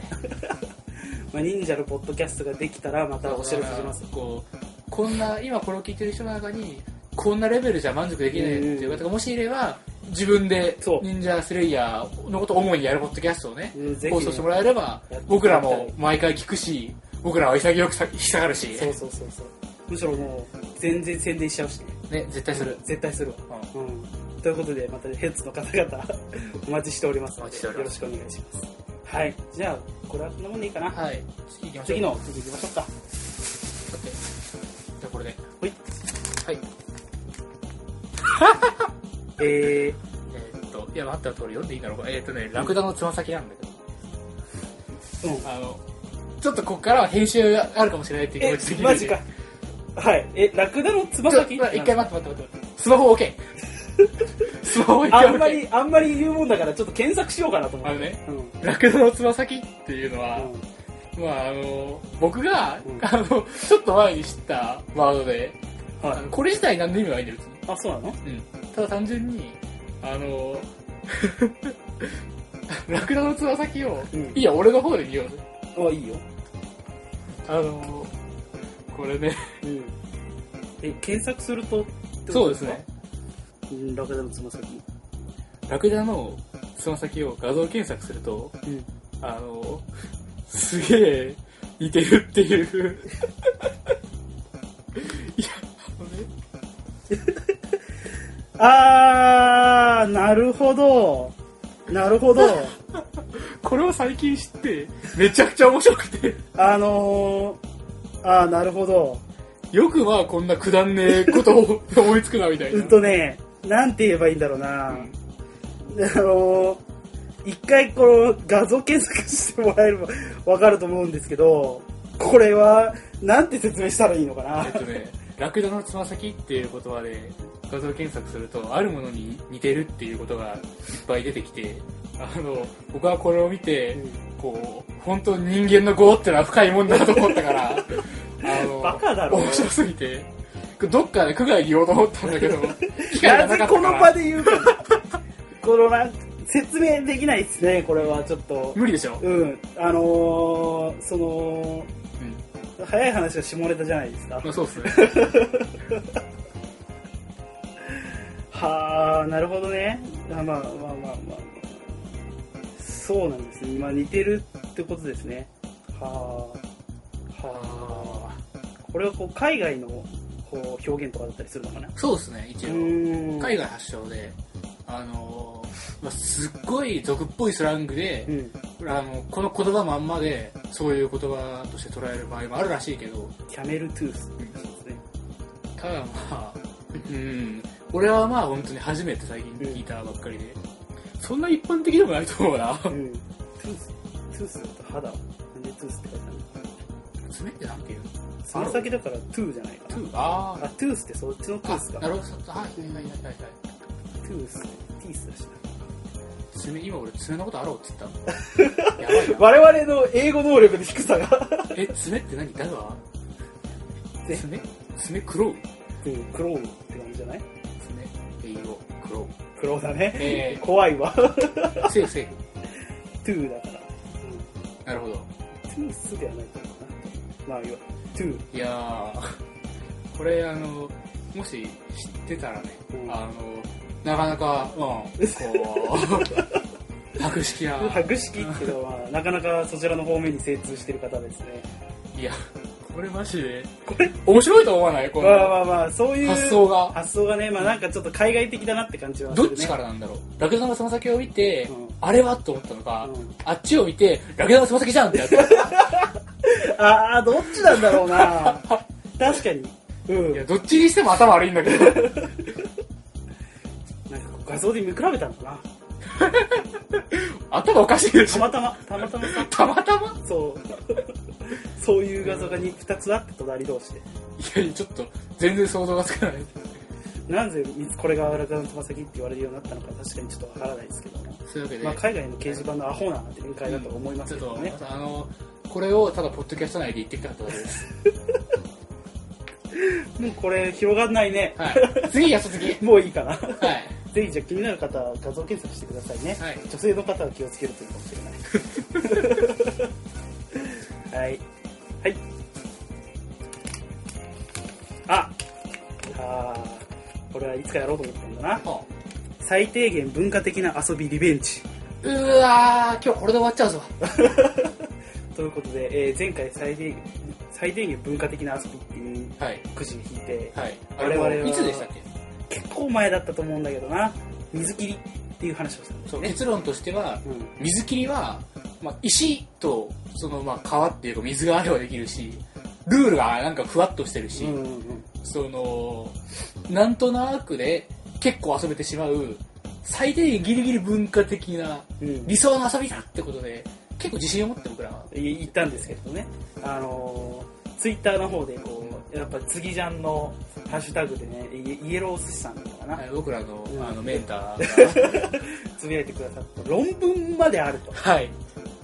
Speaker 1: まあ、忍者のポッドキャストができたらまたお知らせします
Speaker 2: こうこんな今これを聞いてる人の中にこんなレベルじゃ満足できないっていう方がもしいれば自分で
Speaker 1: そう
Speaker 2: 忍者スレイヤーのことを思いにやるポッドキャストをね
Speaker 1: うんぜひ
Speaker 2: 放送してもらえれば
Speaker 1: やって
Speaker 2: 僕らも毎回聞くし僕らは潔くさ引き下がるし、
Speaker 1: そうそうそうそうむしろもう全然宣伝しちゃうしね
Speaker 2: ね、絶対する、
Speaker 1: 絶対するわ
Speaker 2: うん
Speaker 1: うん、ということでまたヘッズの方 々お待ちしております
Speaker 2: お
Speaker 1: の
Speaker 2: 待
Speaker 1: で
Speaker 2: ちしてお
Speaker 1: よ
Speaker 2: り
Speaker 1: ろ
Speaker 2: ま
Speaker 1: し
Speaker 2: す
Speaker 1: くお願いしますはいじゃあこれはこんなもんでいいかな
Speaker 2: はい次行きましょう
Speaker 1: 次の次行きましょうか
Speaker 2: だってじゃあこれで
Speaker 1: ほい
Speaker 2: はい
Speaker 1: え
Speaker 2: えーっといや待った通り読んでいいんだろうかえーっとねラクダのつま先なんだけど
Speaker 1: ー、うん
Speaker 2: あのちょっとこっからは編集があるかもしれないっていう気
Speaker 1: え
Speaker 2: 持ちで
Speaker 1: マジかはいえラクダのつま
Speaker 2: ちょっと
Speaker 1: 先
Speaker 2: 一回待って待って待って待ってスマホ OK スマホ一回 OK
Speaker 1: あんまりあんまり言うもんだからちょっと検索しようかなと思って
Speaker 2: あのね
Speaker 1: うん
Speaker 2: ラクダのつま先っていうのは、
Speaker 1: うん
Speaker 2: まああの僕が、
Speaker 1: うん
Speaker 2: あのちょっと前に知ったワードで、
Speaker 1: は
Speaker 2: あの
Speaker 1: い
Speaker 2: これ自体何の意味はないんだよ別に
Speaker 1: あそうなの
Speaker 2: ただ単純にあの ラクダのつま先を、
Speaker 1: うん
Speaker 2: いや俺の方で見ようぜ
Speaker 1: あいいよ
Speaker 2: あのこれね
Speaker 1: うんえ検索すると
Speaker 2: そうですね、
Speaker 1: うん、ラクダのつま先
Speaker 2: ラクダのつま先を画像検索すると
Speaker 1: うん
Speaker 2: あのすげえ似てるっていういやこれ
Speaker 1: あーなるほどなる ほど
Speaker 2: これを最近知ってめちゃくちゃ面白くて
Speaker 1: あのー、あーなるほど
Speaker 2: よくまあこんなくだんねえことを思いつくなみたいな
Speaker 1: うんとねなんて言えばいいんだろうな、
Speaker 2: うん
Speaker 1: あのー、一回この画像検索してもらえれば わかると思うんですけどこれはなんて説明したらいいのかな
Speaker 2: えっとね、ラクダのつま先っていう言葉で画像検索すると、あるものに似てるっていうことがいっぱい出てきて、あの、僕はこれを見て、こう、本当人間の業ってのは深いもんだなと思ったから、あの、
Speaker 1: バカだろ
Speaker 2: 面白すぎて、どっかで区外に言おうと思ったんだけど、機会が
Speaker 1: な
Speaker 2: な
Speaker 1: ぜ
Speaker 2: かったか
Speaker 1: この場
Speaker 2: ら、
Speaker 1: で言 うかこのなん説明できないですねこれはちょっと
Speaker 2: 無理でしょ。
Speaker 1: うん、あのー、その、早い話が下ネタじゃないですか
Speaker 2: まあそうですね。
Speaker 1: はあなるほどねあまあまあまあまあまあそうなんですね今似てるってことですねはあはあこれはこう海外のこう表現とかだったりするのかな
Speaker 2: そうですね、一
Speaker 1: う
Speaker 2: 応。
Speaker 1: ーん
Speaker 2: 海外発祥で、あのーまあ、すっごい俗っぽいスラングで
Speaker 1: う、ん
Speaker 2: あのこの言葉まんまで、そういう言葉として捉える場合もあるらしいけど、
Speaker 1: キャメルトゥースっていうやつですね
Speaker 2: ただまあ、うん、俺はまあ本当に初めて最近聞いたばっかりで、そんな一般的でもないと思うな。
Speaker 1: うんトゥーストゥースだと肌なんでトゥースって書いてある
Speaker 2: 爪ってなんていうの
Speaker 1: のつま先だからトゥーじゃないか
Speaker 2: ト
Speaker 1: な
Speaker 2: ゥーあー
Speaker 1: あトゥースってそっちのトゥース
Speaker 2: あ、な
Speaker 1: か
Speaker 2: るほど、はい、はい、はい、はいはい。
Speaker 1: トゥースティースだしな
Speaker 2: 爪、今俺爪のことあろうって言 ったやばいな。
Speaker 1: 我々の英語能力の低さが
Speaker 2: え、爪って何だが
Speaker 1: え
Speaker 2: 爪爪クロウ
Speaker 1: うん、クローって感じじゃない
Speaker 2: 爪英語クロ
Speaker 1: クローだね、
Speaker 2: えー
Speaker 1: 怖いわ
Speaker 2: ウセーフセーフ
Speaker 1: トゥーだか
Speaker 2: な
Speaker 1: ら、
Speaker 2: るほど
Speaker 1: うん、トゥースではないかなまあいわトゥー
Speaker 2: いやーこれあのもし知ってたらね、
Speaker 1: うん
Speaker 2: あのなかなかうん こう博識な
Speaker 1: 博識っていうのはなかなかそちらの方面に精通してる方ですね
Speaker 2: いやこれマジでこれ面白いと思わないこ
Speaker 1: まあま
Speaker 2: の
Speaker 1: あまあそういう
Speaker 2: 発想が
Speaker 1: 発想がねまあなんかちょっと海外的だなって感じはす
Speaker 2: ど
Speaker 1: る、ね、
Speaker 2: っちからなんだろうラクダのつま先を見て、
Speaker 1: うん
Speaker 2: あれはと思ったのか、
Speaker 1: うん
Speaker 2: あっちを見てラクダのつま先じゃんってやった
Speaker 1: ああどっちなんだろうな確かにうん
Speaker 2: いやどっちにしても頭悪いんだけど
Speaker 1: なんかこう画像で見比べたのか
Speaker 2: 頭おかしいで
Speaker 1: な
Speaker 2: したょ
Speaker 1: またまたまたまさ
Speaker 2: たまたま
Speaker 1: そうそう いう画像が 2, つあって隣同士で
Speaker 2: いやいやちょっと全然想像がつかない
Speaker 1: なぜこれが荒川のつま先って言われるようになったのか確かにちょっとわからないですけど、
Speaker 2: そういうわけで、
Speaker 1: まあ、海外の掲示板のアホな展開だと思いますけどね
Speaker 2: ちょっ、とあのこれをただポッドキャスト内で言ってきたかっただけです、
Speaker 1: もうこれ広がんないね
Speaker 2: はい、次やっと次はい
Speaker 1: もういいかな
Speaker 2: はい
Speaker 1: ぜひじゃあ気になる方は画像検索してくださいね、
Speaker 2: はい
Speaker 1: 女性の方は気をつけるといいかもしれない はいはいああーこれはいつかやろうと思ったんだな
Speaker 2: あ
Speaker 1: 最低限文化的な遊びリベンジ
Speaker 2: うわー今日これで終わっちゃうぞ
Speaker 1: ということで、えー前回最低最低限文化的な遊びっていう
Speaker 2: はい
Speaker 1: くじ引いて
Speaker 2: はいあ
Speaker 1: 我
Speaker 2: れ
Speaker 1: 々は
Speaker 2: もいつでしたっけ
Speaker 1: 結構前だったと思うんだけどな水切りっていう話をしたんです
Speaker 2: そう
Speaker 1: よね
Speaker 2: 結論としては
Speaker 1: うん
Speaker 2: 水切りは、まあ、石とそのまあ川っていうか水があればできるしルールがなんかふわっとしてるし、
Speaker 1: うんうんうん
Speaker 2: そのなんとなくで結構遊べてしまう最低限ギリギリ文化的な
Speaker 1: うん
Speaker 2: 理想の遊びだってことで結構自信を持って僕らは、
Speaker 1: い言ったんですけどねあのーツイッターの方でこうやっぱ次じゃんのハッシュタグでねイイエロー寿司さんだったかな、
Speaker 2: はい僕らの,、
Speaker 1: うん
Speaker 2: あのメンターが
Speaker 1: つぶやいてくださった論文まであると
Speaker 2: はい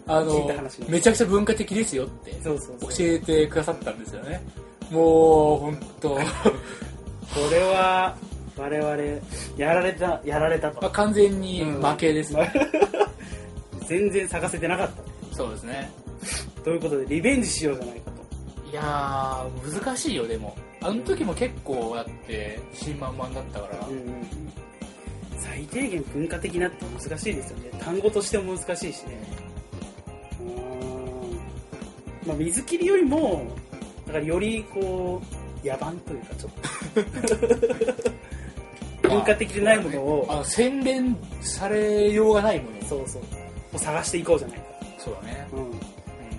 Speaker 2: あ
Speaker 1: 聞い
Speaker 2: の
Speaker 1: た話ね
Speaker 2: めちゃくちゃ文化的ですよって教
Speaker 1: そうそうそう
Speaker 2: えてくださったんですよねもう本当
Speaker 1: これは我々やられたやられた
Speaker 2: まあ
Speaker 1: と
Speaker 2: 完全に負けですね、
Speaker 1: 全然咲かせてなかった
Speaker 2: そうですね
Speaker 1: ということでリベンジしようじゃないかと
Speaker 2: いやー難しいよでもあの時も結構だって新満々だったから、
Speaker 1: うんうんうん最低限文化的なって難しいですよね単語としても難しいしねうーんまあ水切りよりもだからよりこう野蛮というかちょっ と文化的でないものを、
Speaker 2: あの洗練されようがないもの
Speaker 1: そうそうを探していこうじゃないか
Speaker 2: そうだね、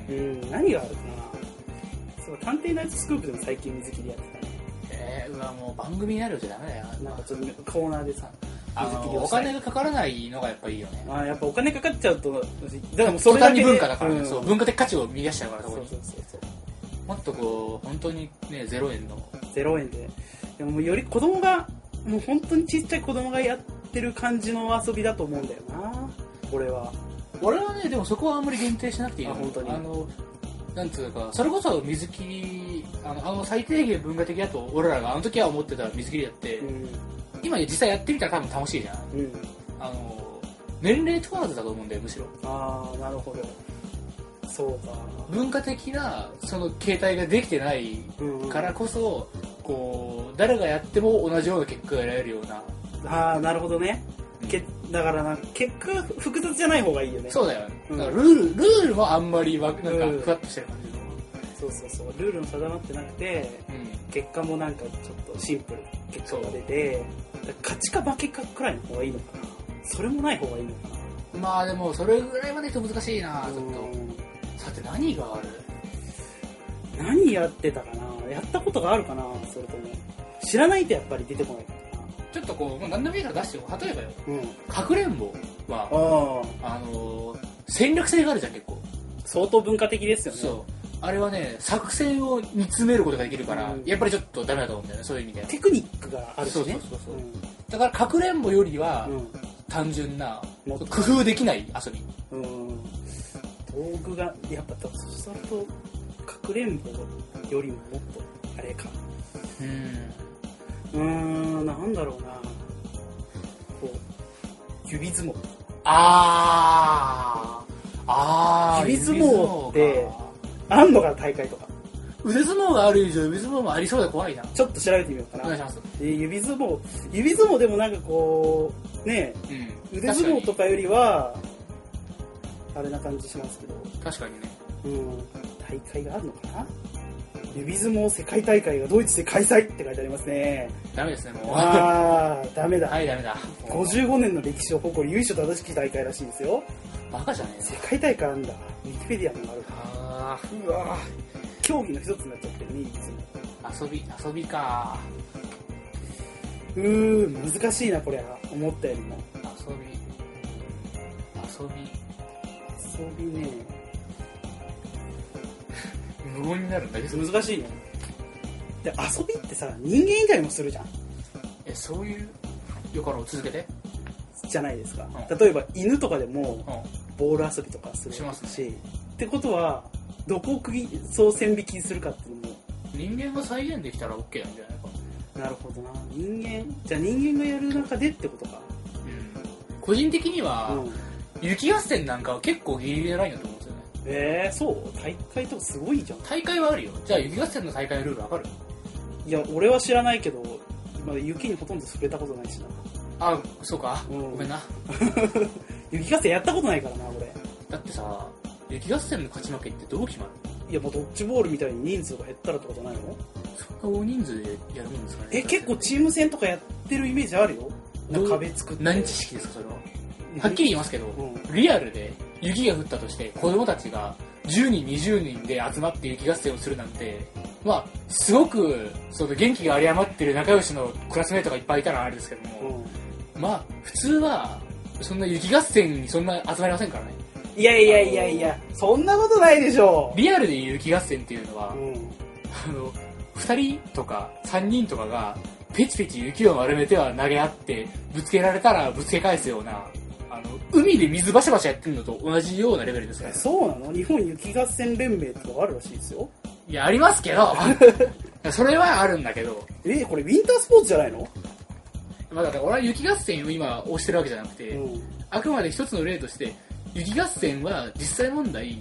Speaker 1: う
Speaker 2: うん
Speaker 1: ん、うん、何があるかなそう探偵ナイトスクープでも最近水切りやってたね
Speaker 2: えー、うわもう番組になるよじゃダメだよ
Speaker 1: なんかちょっとコーナーでさ
Speaker 2: あ
Speaker 1: 水切
Speaker 2: の
Speaker 1: りを
Speaker 2: お
Speaker 1: したい
Speaker 2: 金がかからないのがやっぱいいよね
Speaker 1: あーやっぱお金かかっちゃうとだからもうそ
Speaker 2: 途
Speaker 1: れだ
Speaker 2: 端
Speaker 1: け
Speaker 2: に
Speaker 1: で
Speaker 2: 文化だからね、
Speaker 1: うん
Speaker 2: そう文化的価値を見出しちゃうからそ
Speaker 1: そう
Speaker 2: こ
Speaker 1: そう
Speaker 2: に
Speaker 1: そうそう
Speaker 2: もっとこう本当にね0円の
Speaker 1: 0円ででももうより子供がもう本当にちっちゃい子供がやってる感じの遊びだと思うんだよな俺は
Speaker 2: 俺はねでもそこはあんまり限定しなくていいの
Speaker 1: あ本当に
Speaker 2: のなんつうかそれこそ水切りあのあの最低限文化的だと俺らがあの時は思ってた水切りだって、
Speaker 1: うん
Speaker 2: 今実際やってみたら多分楽しいじゃん
Speaker 1: うん
Speaker 2: あの年齢問わずだと思うんだよむしろ
Speaker 1: ああなるほどそうか
Speaker 2: 文化的なその形態ができてない
Speaker 1: うんうん
Speaker 2: からこそこう誰がやっても同じような結果が得られるような、
Speaker 1: ああなるほどね
Speaker 2: うん
Speaker 1: けだからな結果が複雑じゃない方がいいよね
Speaker 2: そうだよ、ね
Speaker 1: うん
Speaker 2: だからルールルールもあんまりわなん
Speaker 1: うん
Speaker 2: かふわっとしてる感じの、
Speaker 1: そうそうそうルールも定まってなくて
Speaker 2: うん
Speaker 1: 結果もなんかちょっとシンプル結果が出てだから勝ちか負けかくらいの方がいいのかなそれもない方がいいのかな
Speaker 2: まあでもそれぐらいまでいくと難しいなちょっと
Speaker 1: うん
Speaker 2: さて何がある
Speaker 1: 何やってたかなやったことがあるかなそれとも知らないとやっぱり出てこないからな
Speaker 2: ちょっとこう、まあ、何でもいいから出してよ例えばよ
Speaker 1: うん
Speaker 2: かくれんぼは、
Speaker 1: ああ
Speaker 2: あのー戦略性があるじゃん結構
Speaker 1: 相当文化的ですよね
Speaker 2: そうあれはね作戦を煮詰めることができるから、
Speaker 1: うん
Speaker 2: やっぱりちょっとダメだと思うんだよねそういう意味では
Speaker 1: テクニックがあるし
Speaker 2: そうそ
Speaker 1: ね
Speaker 2: うそうそう、
Speaker 1: うん
Speaker 2: だからかくれんぼよりは、
Speaker 1: うん
Speaker 2: 単純な
Speaker 1: も
Speaker 2: 工
Speaker 1: っと
Speaker 2: 夫できない遊び
Speaker 1: うん道具がやっぱとそれとかくれんぼよりももっとあれか
Speaker 2: うん
Speaker 1: うーんなんだろうなこう指相撲
Speaker 2: あーあー
Speaker 1: 指相撲って
Speaker 2: 指相撲か
Speaker 1: あんのかな大会とか
Speaker 2: 腕相撲がある以上指相撲もありそうで怖いな
Speaker 1: ちょっと調べてみようか
Speaker 2: お願い
Speaker 1: な
Speaker 2: します
Speaker 1: えー指相撲指相撲でもなんかこうね
Speaker 2: うん
Speaker 1: 腕相撲とかよりはあれな感じしますけど
Speaker 2: 確かに確かにね
Speaker 1: うん大会があるのかな指相撲世界大会がドイツで開催って書いてありますね
Speaker 2: ダメですねもうは
Speaker 1: あー、ダメだ。
Speaker 2: いダメだもう
Speaker 1: 55年の歴史を誇る由緒正しき大会らしいですよ。
Speaker 2: バカじゃねえ
Speaker 1: 世
Speaker 2: よ
Speaker 1: 界大会あんだ。ウィキペディアもあるか。
Speaker 2: あ
Speaker 1: うわ競技の一つになっちゃってるね、いつも。
Speaker 2: ー遊び遊びか
Speaker 1: うーん、難しいな、こりゃ。思ったよりも。
Speaker 2: 遊び遊
Speaker 1: 遊びね。
Speaker 2: び無言になるんだけど
Speaker 1: 難しいね。で、遊びってさ、人間以外もするじゃん。
Speaker 2: えそういうよから続けて
Speaker 1: じゃないですか。
Speaker 2: うん
Speaker 1: 例えば、犬とかでも、
Speaker 2: う
Speaker 1: ボール遊びとかする
Speaker 2: しますね
Speaker 1: し。ってことは、どこを区切り、そう線引きするかっていうのも、
Speaker 2: ん人間が再現できたら OK なんじゃないか
Speaker 1: なるほどな。人間、じゃあ人間がやる中でってことか。
Speaker 2: うん個人的には、
Speaker 1: うん。
Speaker 2: 雪合戦なんかは結構ギリギリのラインだと思うんですよね
Speaker 1: えー、そう大会とかすごいじゃん
Speaker 2: 大会はあるよじゃあ雪合戦の大会のルールわかる
Speaker 1: いや俺は知らないけど、まあ、雪にほとんど触れたことないしな、
Speaker 2: あそうか、
Speaker 1: うん
Speaker 2: ごめんな
Speaker 1: 雪合戦やったことないからな俺
Speaker 2: だってさ雪合戦の勝ち負けってどう決まる
Speaker 1: いやもうドッジボールみたいに人数が減ったらとかじゃないの
Speaker 2: そんな大人数でやるもんですかね
Speaker 1: え結構チ
Speaker 2: ー
Speaker 1: ーム戦とかやってるイメージあるよなんか
Speaker 2: どう
Speaker 1: 壁作って
Speaker 2: 何知識ですかそれは
Speaker 1: 何
Speaker 2: はっきり言いますけど、
Speaker 1: う
Speaker 2: リアルで雪が降ったとして子供たちが10人20人で集まって雪合戦をするなんてまあすごくその元気が有り余ってる仲良しのクラスメートがいっぱいいたらあれですけども、
Speaker 1: う
Speaker 2: まあ、普通は、そんな雪合戦にそんな集まりませんからね。
Speaker 1: ん、いやいやいやいやそんなことないでしょ
Speaker 2: リアルでいう雪合戦っていうのは、
Speaker 1: うん
Speaker 2: あの、二人とか三人とかが、ペチペチ雪を丸めては投げ合って、ぶつけられたらぶつけ返すような、あの、海で水バシャバシャやってるのと同じようなレベルですから。
Speaker 1: そうなの日本雪合戦連盟とかあるらしいですよ
Speaker 2: いや、ありますけど、 それはあるんだけど、
Speaker 1: えこれウィンタースポーツじゃないの、
Speaker 2: まあだから俺は雪合戦を今推してるわけじゃなくて、
Speaker 1: うん、
Speaker 2: あくまで一つの例として、雪合戦は実際問題、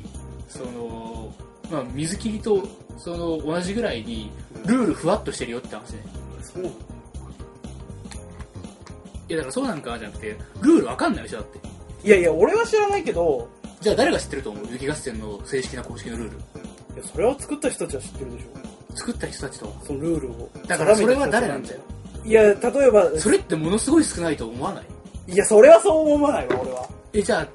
Speaker 2: その、まあ、水切りと、その、同じぐらいに、ルールふわっとしてるよって話ね。
Speaker 1: そうなの
Speaker 2: いや、だからそうなんかじゃなくて、ルールわかんないでしょ、だって。
Speaker 1: いやいや俺は知らないけど
Speaker 2: じゃあ誰が知ってると思う雪合戦の正式な公式のルール。
Speaker 1: いやそれを作った人たちは知ってるでしょ
Speaker 2: 作った人たちとは。
Speaker 1: そのルールを。
Speaker 2: だからそれは誰なんだよ。
Speaker 1: いや、例えば、
Speaker 2: それってものすごい少ないと思わない
Speaker 1: いや、それはそう思わないわ、俺は。
Speaker 2: え、じゃあ、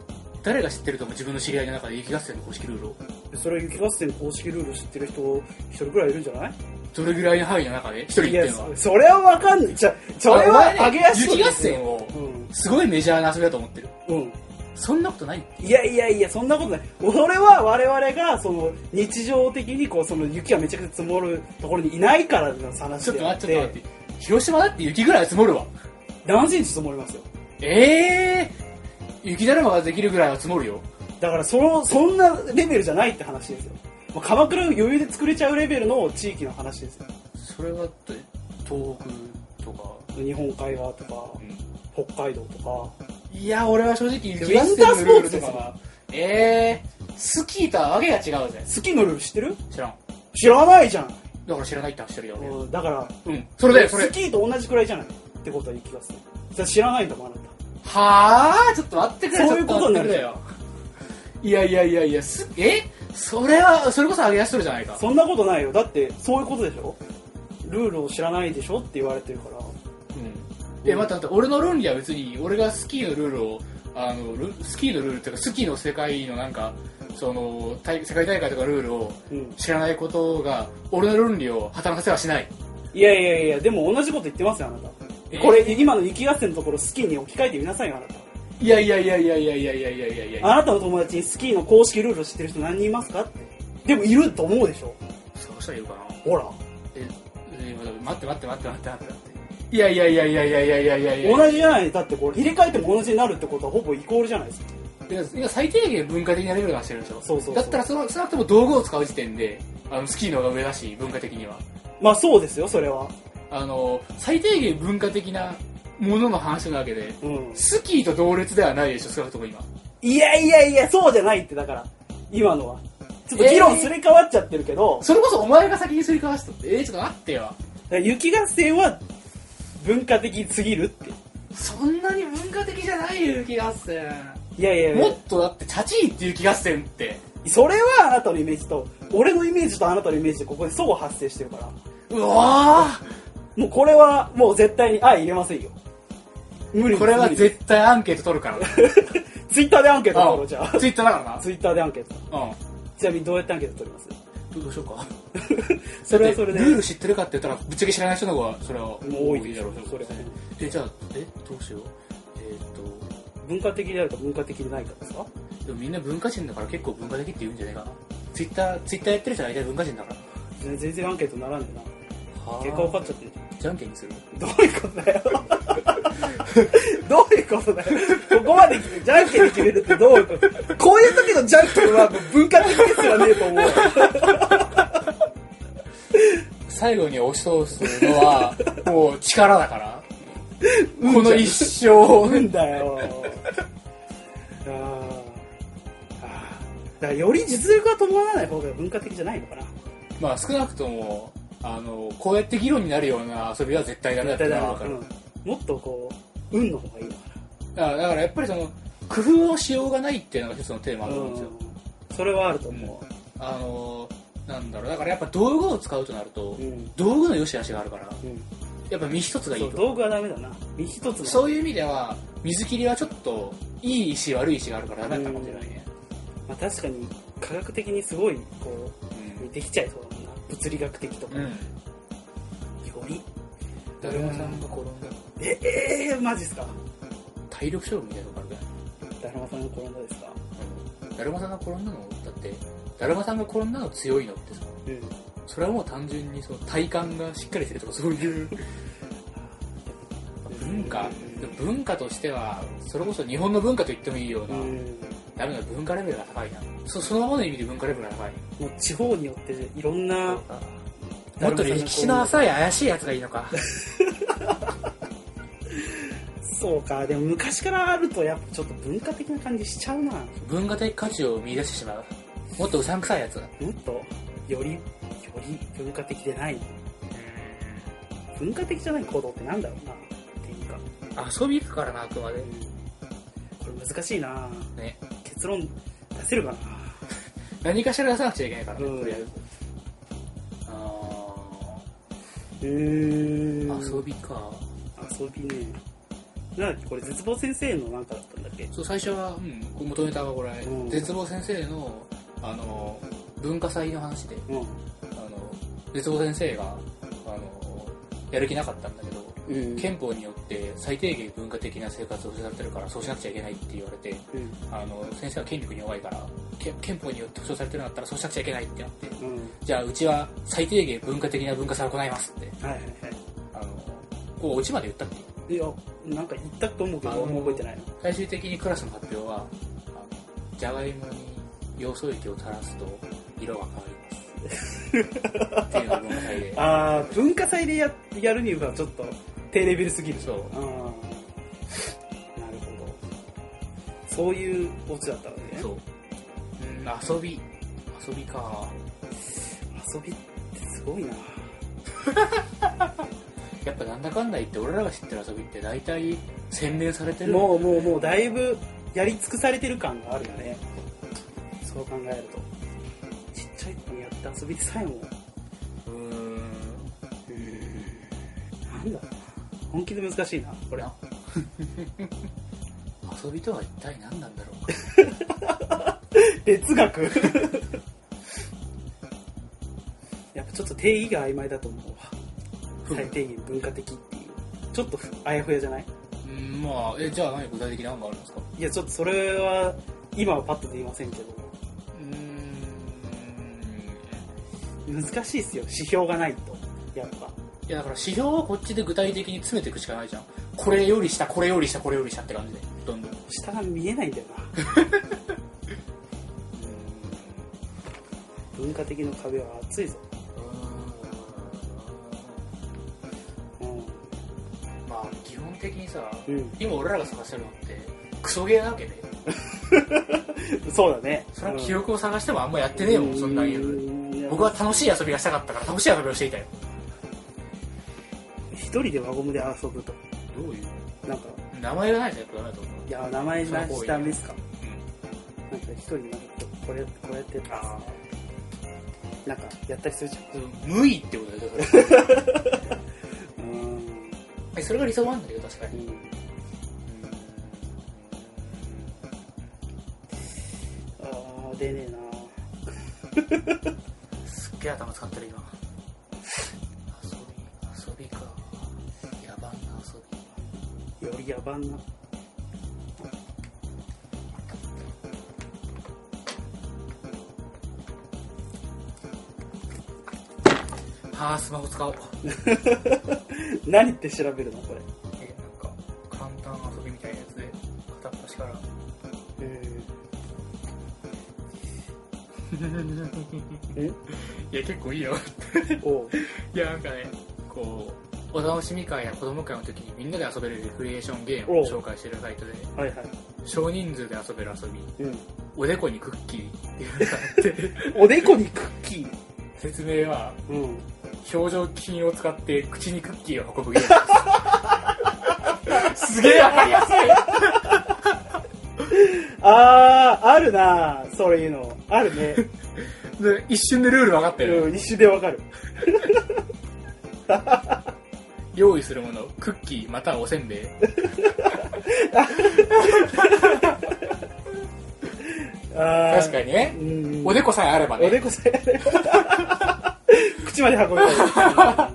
Speaker 2: 誰が知ってると思う自分の知り合いの中で雪合戦の公式ルールを。
Speaker 1: それ、雪合戦公式ルール知ってる人、一人くらいいるんじゃない
Speaker 2: どれぐらいの範囲の中で一人って
Speaker 1: い
Speaker 2: い
Speaker 1: や、
Speaker 2: うのは
Speaker 1: そ。それはわかんない。じゃ、それ
Speaker 2: あお前ね
Speaker 1: は、上げ足
Speaker 2: 雪合戦を、
Speaker 1: うん。
Speaker 2: すごいメジャーな遊びだと思ってる。
Speaker 1: うん。
Speaker 2: そんなことない
Speaker 1: いやいやいや、そんなことない。俺は我々が、その、日常的に、こう、その、雪がめちゃくちゃ積もるところにいないからの
Speaker 2: ち
Speaker 1: 話
Speaker 2: ょっ
Speaker 1: で
Speaker 2: と
Speaker 1: あ
Speaker 2: 待
Speaker 1: っ、
Speaker 2: ってて、ちょっと待って。広島だって雪ぐらい積もるわ。
Speaker 1: 何センチ積もりますよ。
Speaker 2: ええー、雪だるまができるぐらいは積もるよ。
Speaker 1: だから、その、そんなレベルじゃないって話ですよ。もう鎌倉余裕で作れちゃうレベルの地域の話ですよ。
Speaker 2: それはって、東北とか。
Speaker 1: 日本海側とか、北海道とか、
Speaker 2: いや、俺は正直
Speaker 1: ウィンタースポーツですよ
Speaker 2: は。ええー、スキーとはわけが違うぜ
Speaker 1: スキーのルール知ってる
Speaker 2: 知らん
Speaker 1: 知らないじゃん
Speaker 2: だから知らないって話してるよ俺
Speaker 1: うんだから
Speaker 2: うんそれだよそれ
Speaker 1: スキーと同じくらいじゃないってことは言う気がするそれ知らないんだもんあなた
Speaker 2: はあちょっと待ってくれ
Speaker 1: そういうことになる
Speaker 2: ちょっ待ってくれよいやいやいやいやすえそれはそれこそ揚げ足取るじゃないか
Speaker 1: そんなことないよだってそういうことでしょルールを知らないでしょって言われてるから
Speaker 2: うんえ待って待って俺の論理は別に俺がスキーのルールをあのルスキーのルールっていうかスキーの世界のなんかその大世界大会とかルールを
Speaker 1: うん
Speaker 2: 知らないことが俺の論理を働かせはしない
Speaker 1: いやいやいやでも同じこと言ってますよあな
Speaker 2: え
Speaker 1: たこれ今の雪合戦のところスキーに置き換えてみなさいよあない
Speaker 2: やいやいやいやいやいやいやいやいやいや
Speaker 1: たあなたの友達にスキーの公式ルールを知ってる人何人いますかってでもいると思うでしょ
Speaker 2: そうしたらいいかな
Speaker 1: ほら
Speaker 2: ええ待って待って待って待って待って待っていやいやいやいやいやいやいやいやいや
Speaker 1: 同じじゃないだってこれ入れ替えても同じになるってことはほぼイコールじゃないですか
Speaker 2: いやいや最低限文化的なレベルがしてるでしょ
Speaker 1: そうそうそう
Speaker 2: だったらその少なくとも道具を使う時点であのスキーの方が上だし文化的には
Speaker 1: まあそうですよそれは
Speaker 2: あの最低限文化的なものの話なわけで
Speaker 1: うん
Speaker 2: スキーと同列ではないでしょ少なくとも今
Speaker 1: いやいやいやそうじゃないってだから今のはちょっと議論すれ替わっちゃってるけど、
Speaker 2: それこそお前が先にすりかわしたってえー、ちょっと待ってよ
Speaker 1: だから雪合戦は文化的すぎるって。
Speaker 2: そんなに文化的じゃないよ雪合戦
Speaker 1: いやいやい
Speaker 2: も
Speaker 1: や
Speaker 2: っとだってチャチーって雪合戦って
Speaker 1: それはあなたのイメージと、俺のイメージとあなたのイメージでここで相互発生してるから、
Speaker 2: うわー
Speaker 1: もうこれはもう絶対に相入れませんよ。無理
Speaker 2: これは
Speaker 1: 絶
Speaker 2: 絶対アンケート取るからな。
Speaker 1: ツイッターでアンケート取ろう、じゃあ。
Speaker 2: ツイッターだか
Speaker 1: ツイッターでアンケート。
Speaker 2: らな。うん。
Speaker 1: ちなみにどうやってアンケート取ります
Speaker 2: どうしようか。
Speaker 1: それはそ
Speaker 2: だっ
Speaker 1: れで。
Speaker 2: てルール知ってるかって言ったら、ぶっちゃけ知らない人の方が、それは
Speaker 1: もう多いでし
Speaker 2: だろ
Speaker 1: ょ
Speaker 2: う、
Speaker 1: それはね。
Speaker 2: え、じゃあ、え、どうしよう。えーっと、
Speaker 1: 文化的であるか文化的でないかですか
Speaker 2: でもみんな文化人だから結構文化的って言うんじゃないかな。ツイッター、ツイッターやってる人は大体文化人だから。
Speaker 1: 全全然アンケートならんでな。
Speaker 2: は
Speaker 1: 結果分かっちゃってるじゃん。
Speaker 2: じゃんけんにする。
Speaker 1: どういうことだよ。 どういうことだよ。ここまで来て、じゃんけんで決めるってどういうことこういう時のじゃんけんは文化的ですらねえと思うよ。
Speaker 2: 最後に押し通すの は、もう力だから。この一生。
Speaker 1: なんだよ。あーあーだからより実力が伴わない方が文化的じゃないのかな。
Speaker 2: まあ少なくとも、あの、こうやって議論になるような遊びは絶対ダメだってのはわかる。
Speaker 1: うんもっとこう、運の方がいいのか
Speaker 2: だからだからやっぱりその工夫をしようがないっていうのが一つのテーマ
Speaker 1: な。
Speaker 2: だと思うん
Speaker 1: う
Speaker 2: ですよ、
Speaker 1: ん。それはあると思
Speaker 2: あのーなんだろうだからやっぱ道具を使うとなると、
Speaker 1: う。うん。
Speaker 2: 道具の良し悪しがあるから
Speaker 1: うん、
Speaker 2: やっぱ身一つがい
Speaker 1: そ
Speaker 2: いうと
Speaker 1: 道具はダメだな。身一つの。
Speaker 2: そういう意味では水切りはちょっといい石悪い石があるからダメだったかもしれないね、
Speaker 1: まあ、確かに科学的にすごいこう
Speaker 2: うん
Speaker 1: 似てきちゃいそうだもんな物理学的とか、
Speaker 2: う
Speaker 1: よ
Speaker 2: ん
Speaker 1: り
Speaker 2: だるまさんが転んだ
Speaker 1: ええー、マジっすか
Speaker 2: 体力勝負みたいなとこあるじゃ
Speaker 1: だるまさんが転んだですか
Speaker 2: ないだるまさんが転んだのだってだるまさんが転んだの強いのってさ
Speaker 1: うんやっ
Speaker 2: それはもう単純にその体幹がしっかりしてるとかそういう
Speaker 1: ぱ
Speaker 2: 文化でも文化としてはそれこそ日本の文化と言ってもいいよう
Speaker 1: う
Speaker 2: な、
Speaker 1: ん
Speaker 2: ダメだ文化レベルが高いなそそのままの意味で文化レベルが高い
Speaker 1: もう地方によっていろんな
Speaker 2: もっと歴史の浅い怪しいやつがいいのか
Speaker 1: そうかでも昔からあるとやっぱちょっと文化的な感じしちゃうなも
Speaker 2: 文化的価値を見出してしまうもっとうさんくさいやつ
Speaker 1: っとよりより文化的でない文化的じゃない行動ってなんだろうなっていうか、
Speaker 2: 遊び行くからなあくまで
Speaker 1: これ難しいな
Speaker 2: ね
Speaker 1: 結論出せるかな
Speaker 2: 何かしら出さなくちゃいけないからね、
Speaker 1: うん
Speaker 2: とりあえずあ
Speaker 1: うー
Speaker 2: ー
Speaker 1: ん
Speaker 2: 遊びか
Speaker 1: 遊びねなんだっけこれ絶望先生のなんかだったんだっけ
Speaker 2: そう最初は、うん、これ求めたわこれ、
Speaker 1: うん
Speaker 2: 絶望先生のあの文化祭の話で
Speaker 1: うん
Speaker 2: あの絶望先生があのやる気なかったんだけど
Speaker 1: うん
Speaker 2: 憲法によって最低限文化的な生活を保障されてるからそうしなくちゃいけないって言われて
Speaker 1: うん
Speaker 2: あの先生は権力に弱いからけ憲法によって保障されてるんだったらそうしなくちゃいけないってなって
Speaker 1: うん
Speaker 2: じゃあうちは最低限文化的な文化祭を行いますって
Speaker 1: はいはいは
Speaker 2: あのこうオチまで言ったっていう
Speaker 1: いいやなんか言ったと思うけど
Speaker 2: あのー
Speaker 1: 俺も覚えてないの
Speaker 2: 最終的にクラスの発表はあのじゃがいもにヨウ素液を垂らすと色が変わりますっ ていうのが文化祭で
Speaker 1: ああ文化祭でややるにはちょっと低レベルすぎる
Speaker 2: そう
Speaker 1: ああなるほどそういうオチだったわけね
Speaker 2: そう。ううん遊び遊びか
Speaker 1: 遊びってすごいな
Speaker 2: やっぱなんだかんだ言って俺らが知ってる遊びって大体洗練されてる
Speaker 1: もうもうもうだいぶやり尽くされてる感があるよねそう考えるとちっちゃい子にやった遊びでさえも
Speaker 2: うーん
Speaker 1: うーんなんだろうな本気で難しいなこれ
Speaker 2: な 遊びとは一体何なんだろうか
Speaker 1: 哲学 やっぱちょっと定義が曖昧だと思うわ
Speaker 2: うん
Speaker 1: 最低限文化的っていうちょっとふあやふやじゃない
Speaker 2: うんまあえじゃあ何具体的な案があるんですか
Speaker 1: いやちょっとそれは今はパッと言いませんけど
Speaker 2: うーん
Speaker 1: 難しいっすよ指標がないとやっぱ
Speaker 2: いやだから指標はこっちで具体的に詰めていくしかないじゃんこれより下これより下これより下って感じでどんどん
Speaker 1: 下が見えないんだよ な文化的の壁は厚いぞう
Speaker 2: まあ基本的にさ
Speaker 1: ん、
Speaker 2: 今俺らが探してるのってクソゲーなわけで
Speaker 1: うん、 そうだね
Speaker 2: それは記憶を探してもあんまやってねえもん、そんなゲーム
Speaker 1: ム
Speaker 2: 僕は楽しい遊びがしたかったから楽しい遊びをしていたよ
Speaker 1: 一人で輪ゴムで遊ぶと
Speaker 2: どういう
Speaker 1: なんか
Speaker 2: 名前がないとやっぱダメだと思う
Speaker 1: いや名前なしダメっすか
Speaker 2: うん
Speaker 1: なんか一人なんかこれこうやってやった
Speaker 2: あ
Speaker 1: なんかやったりするじゃん
Speaker 2: あ無意ってことだよそれ
Speaker 1: うーん
Speaker 2: え それが理想なんだけど確かに
Speaker 1: あー出ねえな
Speaker 2: すっげえ頭使ってる今遊び遊びか野蛮な遊び
Speaker 1: より野蛮な
Speaker 2: はあスマホ使おう
Speaker 1: 何って調べるのこれ
Speaker 2: えなんか簡単遊びみたいなやつで片っ端 から
Speaker 1: え
Speaker 2: いや結構いいよ
Speaker 1: おう
Speaker 2: いやなんかねこうお楽しみ会や子供会の時にみんなで遊べるレクリエーションゲームを紹介してるサイトで
Speaker 1: はいはい、
Speaker 2: 少人数で遊べる遊び
Speaker 1: うん、
Speaker 2: おでこにクッキーっていうのがあって
Speaker 1: おでこにクッキ
Speaker 2: 説明は
Speaker 1: ーうん
Speaker 2: 表情筋を使って口にクッキーを運ぶゲームです すげえわかりやすい
Speaker 1: あーあるなそういうのあ るね、
Speaker 2: で一瞬でルール分かったよ、
Speaker 1: うん、一瞬でわかる
Speaker 2: 用意するものクッキーまたはおせんべい
Speaker 1: あ
Speaker 2: 確か
Speaker 1: に
Speaker 2: にね
Speaker 1: うん
Speaker 2: おでこさえあれば
Speaker 1: おで
Speaker 2: ね
Speaker 1: こさえ 口まで運べたい確か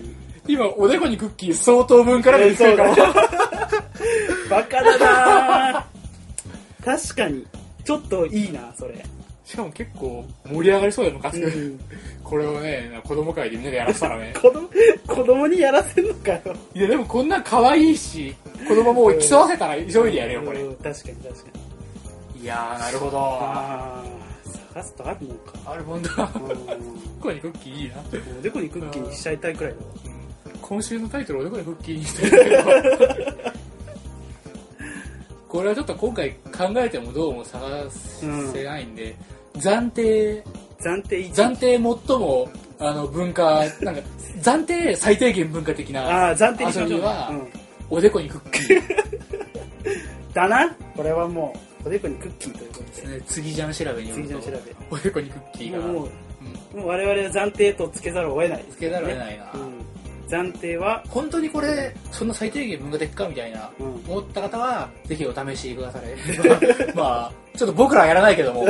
Speaker 1: に
Speaker 2: 今おでこにクッキー相当分からできてるか
Speaker 1: え
Speaker 2: ら
Speaker 1: ー バカだな確かにちょっといいなそれ、
Speaker 2: しかも結構盛り上がりそうだよムカつ
Speaker 1: う
Speaker 2: く
Speaker 1: ん、
Speaker 2: これをね子供会でみんなでやらせたらね
Speaker 1: 子供 子供にやらせんのかよ
Speaker 2: いやでもこんな可愛いし子供も競わせたら急いでやれよこれ
Speaker 1: うん確かに確かに
Speaker 2: いやーなるほど
Speaker 1: ああ探すとあるのか
Speaker 2: あれ本当だ
Speaker 1: う
Speaker 2: お
Speaker 1: ん
Speaker 2: でこにクッキーいいな
Speaker 1: おでこにクッキーにしちゃいたいくらいだわ
Speaker 2: 今週のタイトルおでこにクッキーにしてるけどこれはちょっと今回考えてもどうも探せないんで、暫定
Speaker 1: 暫定1
Speaker 2: 暫定最もあの文化なんか暫定最低限文化的な
Speaker 1: ああ暫定にしましょ
Speaker 2: 遊
Speaker 1: う
Speaker 2: びは
Speaker 1: うん
Speaker 2: おでこにクッキーで
Speaker 1: だなこれはもうおでこにクッキーということ
Speaker 2: すね次じゃん調べによると
Speaker 1: 次ジャン調
Speaker 2: おでこにクッキー
Speaker 1: で
Speaker 2: が
Speaker 1: もうも
Speaker 2: うん
Speaker 1: うもう我々は暫定とつけざるを得ない
Speaker 2: つけざるを得ないな、
Speaker 1: うん暫定は
Speaker 2: 本当にこれそんな最低限文化的かみたいな
Speaker 1: うん
Speaker 2: 思った方はぜひお試しくださ れまあちょっと僕らはやらないけども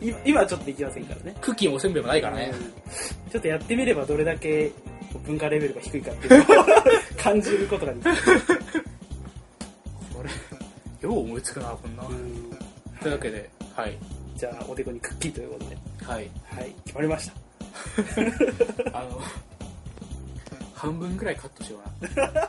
Speaker 1: い今はちょっとできませんからね
Speaker 2: クッキーもおせんべいもないからね
Speaker 1: うんちょっとやってみればどれだけ文化レベルが低いかっていうのを 感じることができる、
Speaker 2: これよう思いつくなこんな
Speaker 1: うん
Speaker 2: というわけではい
Speaker 1: じゃあおでこにクッキーということで
Speaker 2: はい
Speaker 1: はい決まりました
Speaker 2: あの半分くらいカットしようかな